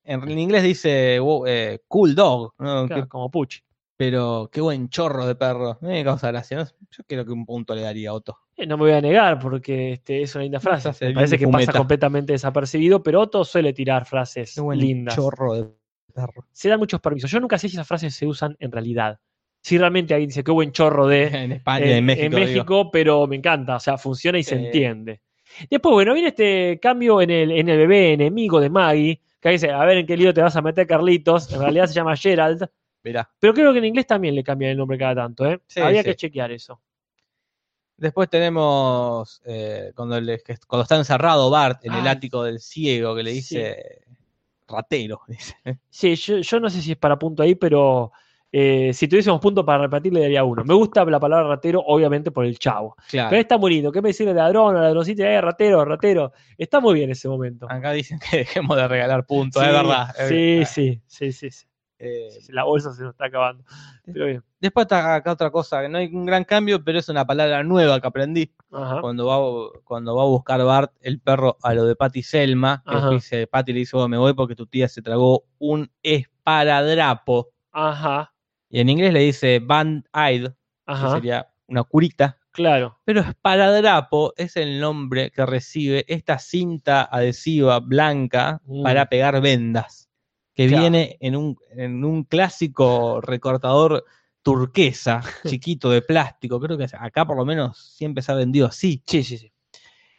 En, en inglés dice "Wow, eh, cool dog, ¿no?
Claro,
Qué-
como Puch.
pero qué buen chorro de perro. A mí Me causa gracia. ¿no? Yo creo que un punto le daría a Otto.
Eh, No me voy a negar porque este, es una linda frase.
Frase
Me
bien
parece
de
que pasa
fumeta.
completamente desapercibido, pero Otto suele tirar frases
Qué buen
lindas.
chorro de perro.
Se dan muchos permisos. Yo nunca sé si esas frases se usan en realidad. Si realmente alguien dice, qué buen chorro de...
En España, en, México. digo.
pero me encanta. O sea, funciona y se
Sí.
entiende. Después, bueno, viene este cambio en el, en el bebé enemigo de Maggie, que ahí dice, a ver en qué lío te vas a meter, Carlitos. En realidad se llama Gerald.
Mirá.
Pero creo que en inglés también le cambian el nombre cada tanto, ¿eh?
Sí,
Había
sí.
que chequear eso.
Después tenemos eh, cuando, le- que- cuando está encerrado Bart en el
Ay.
ático del ciego que le
Sí.
dice ratero. dice.
Sí, yo, yo no sé si es para punto ahí, pero eh, si tuviésemos punto para repartir, le daría uno. Me gusta la palabra ratero, obviamente, por el chavo. Pero
Claro.
está muy lindo. ¿Qué me decirle ladrón o ladroncito? Eh, ratero, ratero. Está muy bien ese momento.
Acá dicen que dejemos de regalar puntos,
Sí,
Ah, es verdad.
Sí, sí, sí, sí, sí.
Eh,
La bolsa se nos está acabando. Pero bien.
Después está acá otra cosa, que no hay un gran cambio, pero es una palabra nueva que aprendí
Ajá.
cuando va, cuando va a buscar Bart el perro a lo de Patty Selma. Que
Ajá.
dice, Patty le dice, "Oh, me voy porque tu tía se tragó un esparadrapo.
Ajá.
Y en inglés le dice band-aid, que
Ajá.
sería una curita.
Claro.
Pero esparadrapo es el nombre que recibe esta cinta adhesiva blanca
Mm.
para pegar vendas. que
Claro.
viene en un, en un clásico recortador turquesa, chiquito de plástico, creo que acá por lo menos siempre se ha vendido así.
Sí, sí, sí.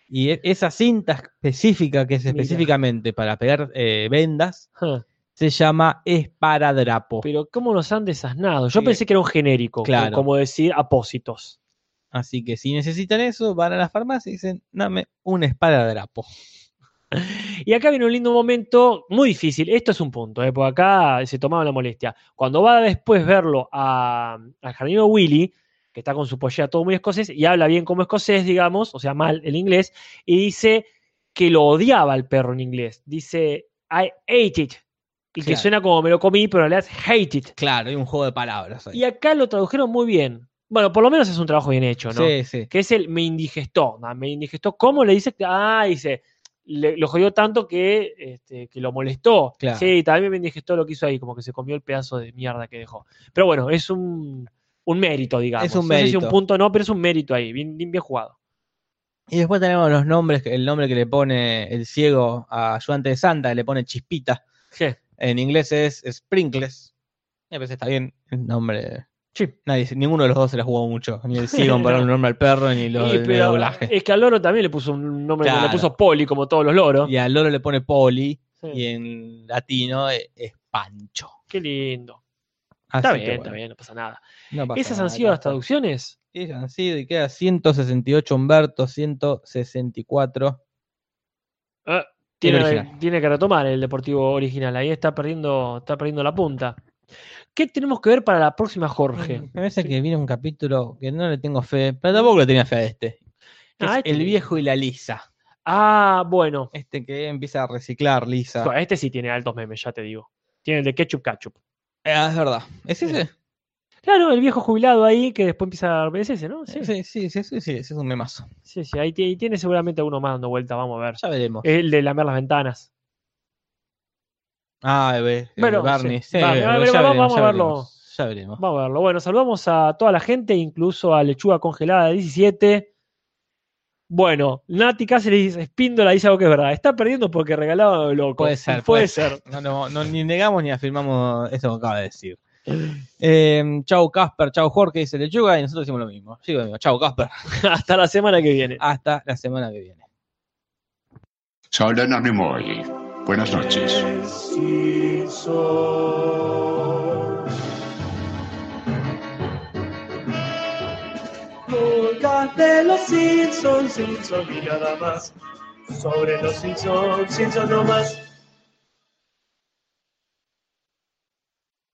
Y e- esa cinta específica, que es
Mira.
específicamente para pegar eh, vendas,
Ja.
se llama esparadrapo.
Pero ¿cómo nos han desasnado? Yo
Sí.
pensé que era un genérico,
Claro.
como decir apósitos.
Así que si necesitan eso, van a la farmacia y dicen, dame un esparadrapo.
Y acá viene un lindo momento, muy difícil. Esto es un punto, ¿eh? porque acá se tomaba la molestia. Cuando va después verlo a- al jardinero Willy, que está con su pollera todo muy escocés, y habla bien como escocés, digamos, o sea, mal el inglés, y dice que lo odiaba al perro en inglés. Dice, I ate it. Y que
Claro.
suena como me lo comí, pero en realidad es hate it.
Claro, hay un juego de palabras ahí.
Y acá lo tradujeron muy bien. Bueno, por lo menos es un trabajo bien hecho, ¿no?
Sí, sí.
que es el me indigestó. ¿no? Me indigestó. ¿Cómo le dice? Ah, dice, le- lo jodió tanto que, este, que lo molestó.
Claro.
Sí, también me indigestó lo que hizo ahí, como que se comió el pedazo de mierda que dejó. Pero bueno, es un, un mérito, digamos.
Es un
No sé si
mérito.
un punto no, pero es un mérito ahí, bien, bien, bien jugado.
Y después tenemos los nombres, el nombre que le pone el ciego a ayudante de Santa, que le pone chispita.
Sí,
En inglés es sprinkles. Y a veces está bien el nombre.
sí.
Nadie, ninguno de los dos se la jugó mucho. Ni el ciego para el nombre al perro, ni los
Y,
ni el
pero eh,
doblaje.
es que al loro también le puso un nombre, le
Claro.
puso Poli, como todos los loros.
Y al loro le pone poli,
Sí,
y en latino es, es pancho.
Qué lindo.
Así
Está bien,
que Ah, bueno,
está bien, no pasa nada.
no pasa
Esas han
nada,
sido las
está-
traducciones.
Ellos han sido y queda 168 Humberto, 164.
Ah, tiene,
original.
tiene que retomar el deportivo original. Ahí está perdiendo, está perdiendo la punta. ¿Qué tenemos que ver para la próxima, Jorge?
Me parece que viene un capítulo que no le tengo fe, pero tampoco le tenía fe a este. que
Ah,
es
este-
El viejo y la lisa.
Ah, bueno.
Este que empieza a reciclar lisa.
Bueno, Este sí tiene altos memes, ya te digo. Tiene el de ketchup ketchup.
Ah, es verdad. ¿Es ese?
Claro, el viejo jubilado ahí que después empieza a es ese, ¿no? Sí,
Sí, sí, sí, sí, sí, ese es un memazo.
sí, sí. Ahí, ti- ahí tiene seguramente uno más dando vuelta, vamos a ver.
Ya veremos.
El de lamer las ventanas.
Ah, ve, el
Bueno,
Barney.
sí,
sí,
Barney,
bueno,
bueno,
ya
vamos-
veremos,
vamos
ya
a verlo.
veremos, Ya veremos.
Vamos a verlo. Bueno, saludamos a toda la gente, incluso a Lechuga Congelada 17. Bueno, Nati Cáceres Espíndola dice algo que es verdad. Está perdiendo porque regalaba lo loco.
Puede ser,
Puede, ser.
No, no, no, ni negamos ni afirmamos eso que acaba de decir. Eh, chau Casper, chau Jorge, dice Lechuga, y nosotros decimos lo mismo. Sí, lo mismo. Chau Casper,
Hasta la semana que viene.
hasta la semana que viene.
Solana Memori. Buenas noches.
Sí soy. Nunca de los Simpsons, Simpsons y nada más. Sobre los Simpsons, Simpsons no más.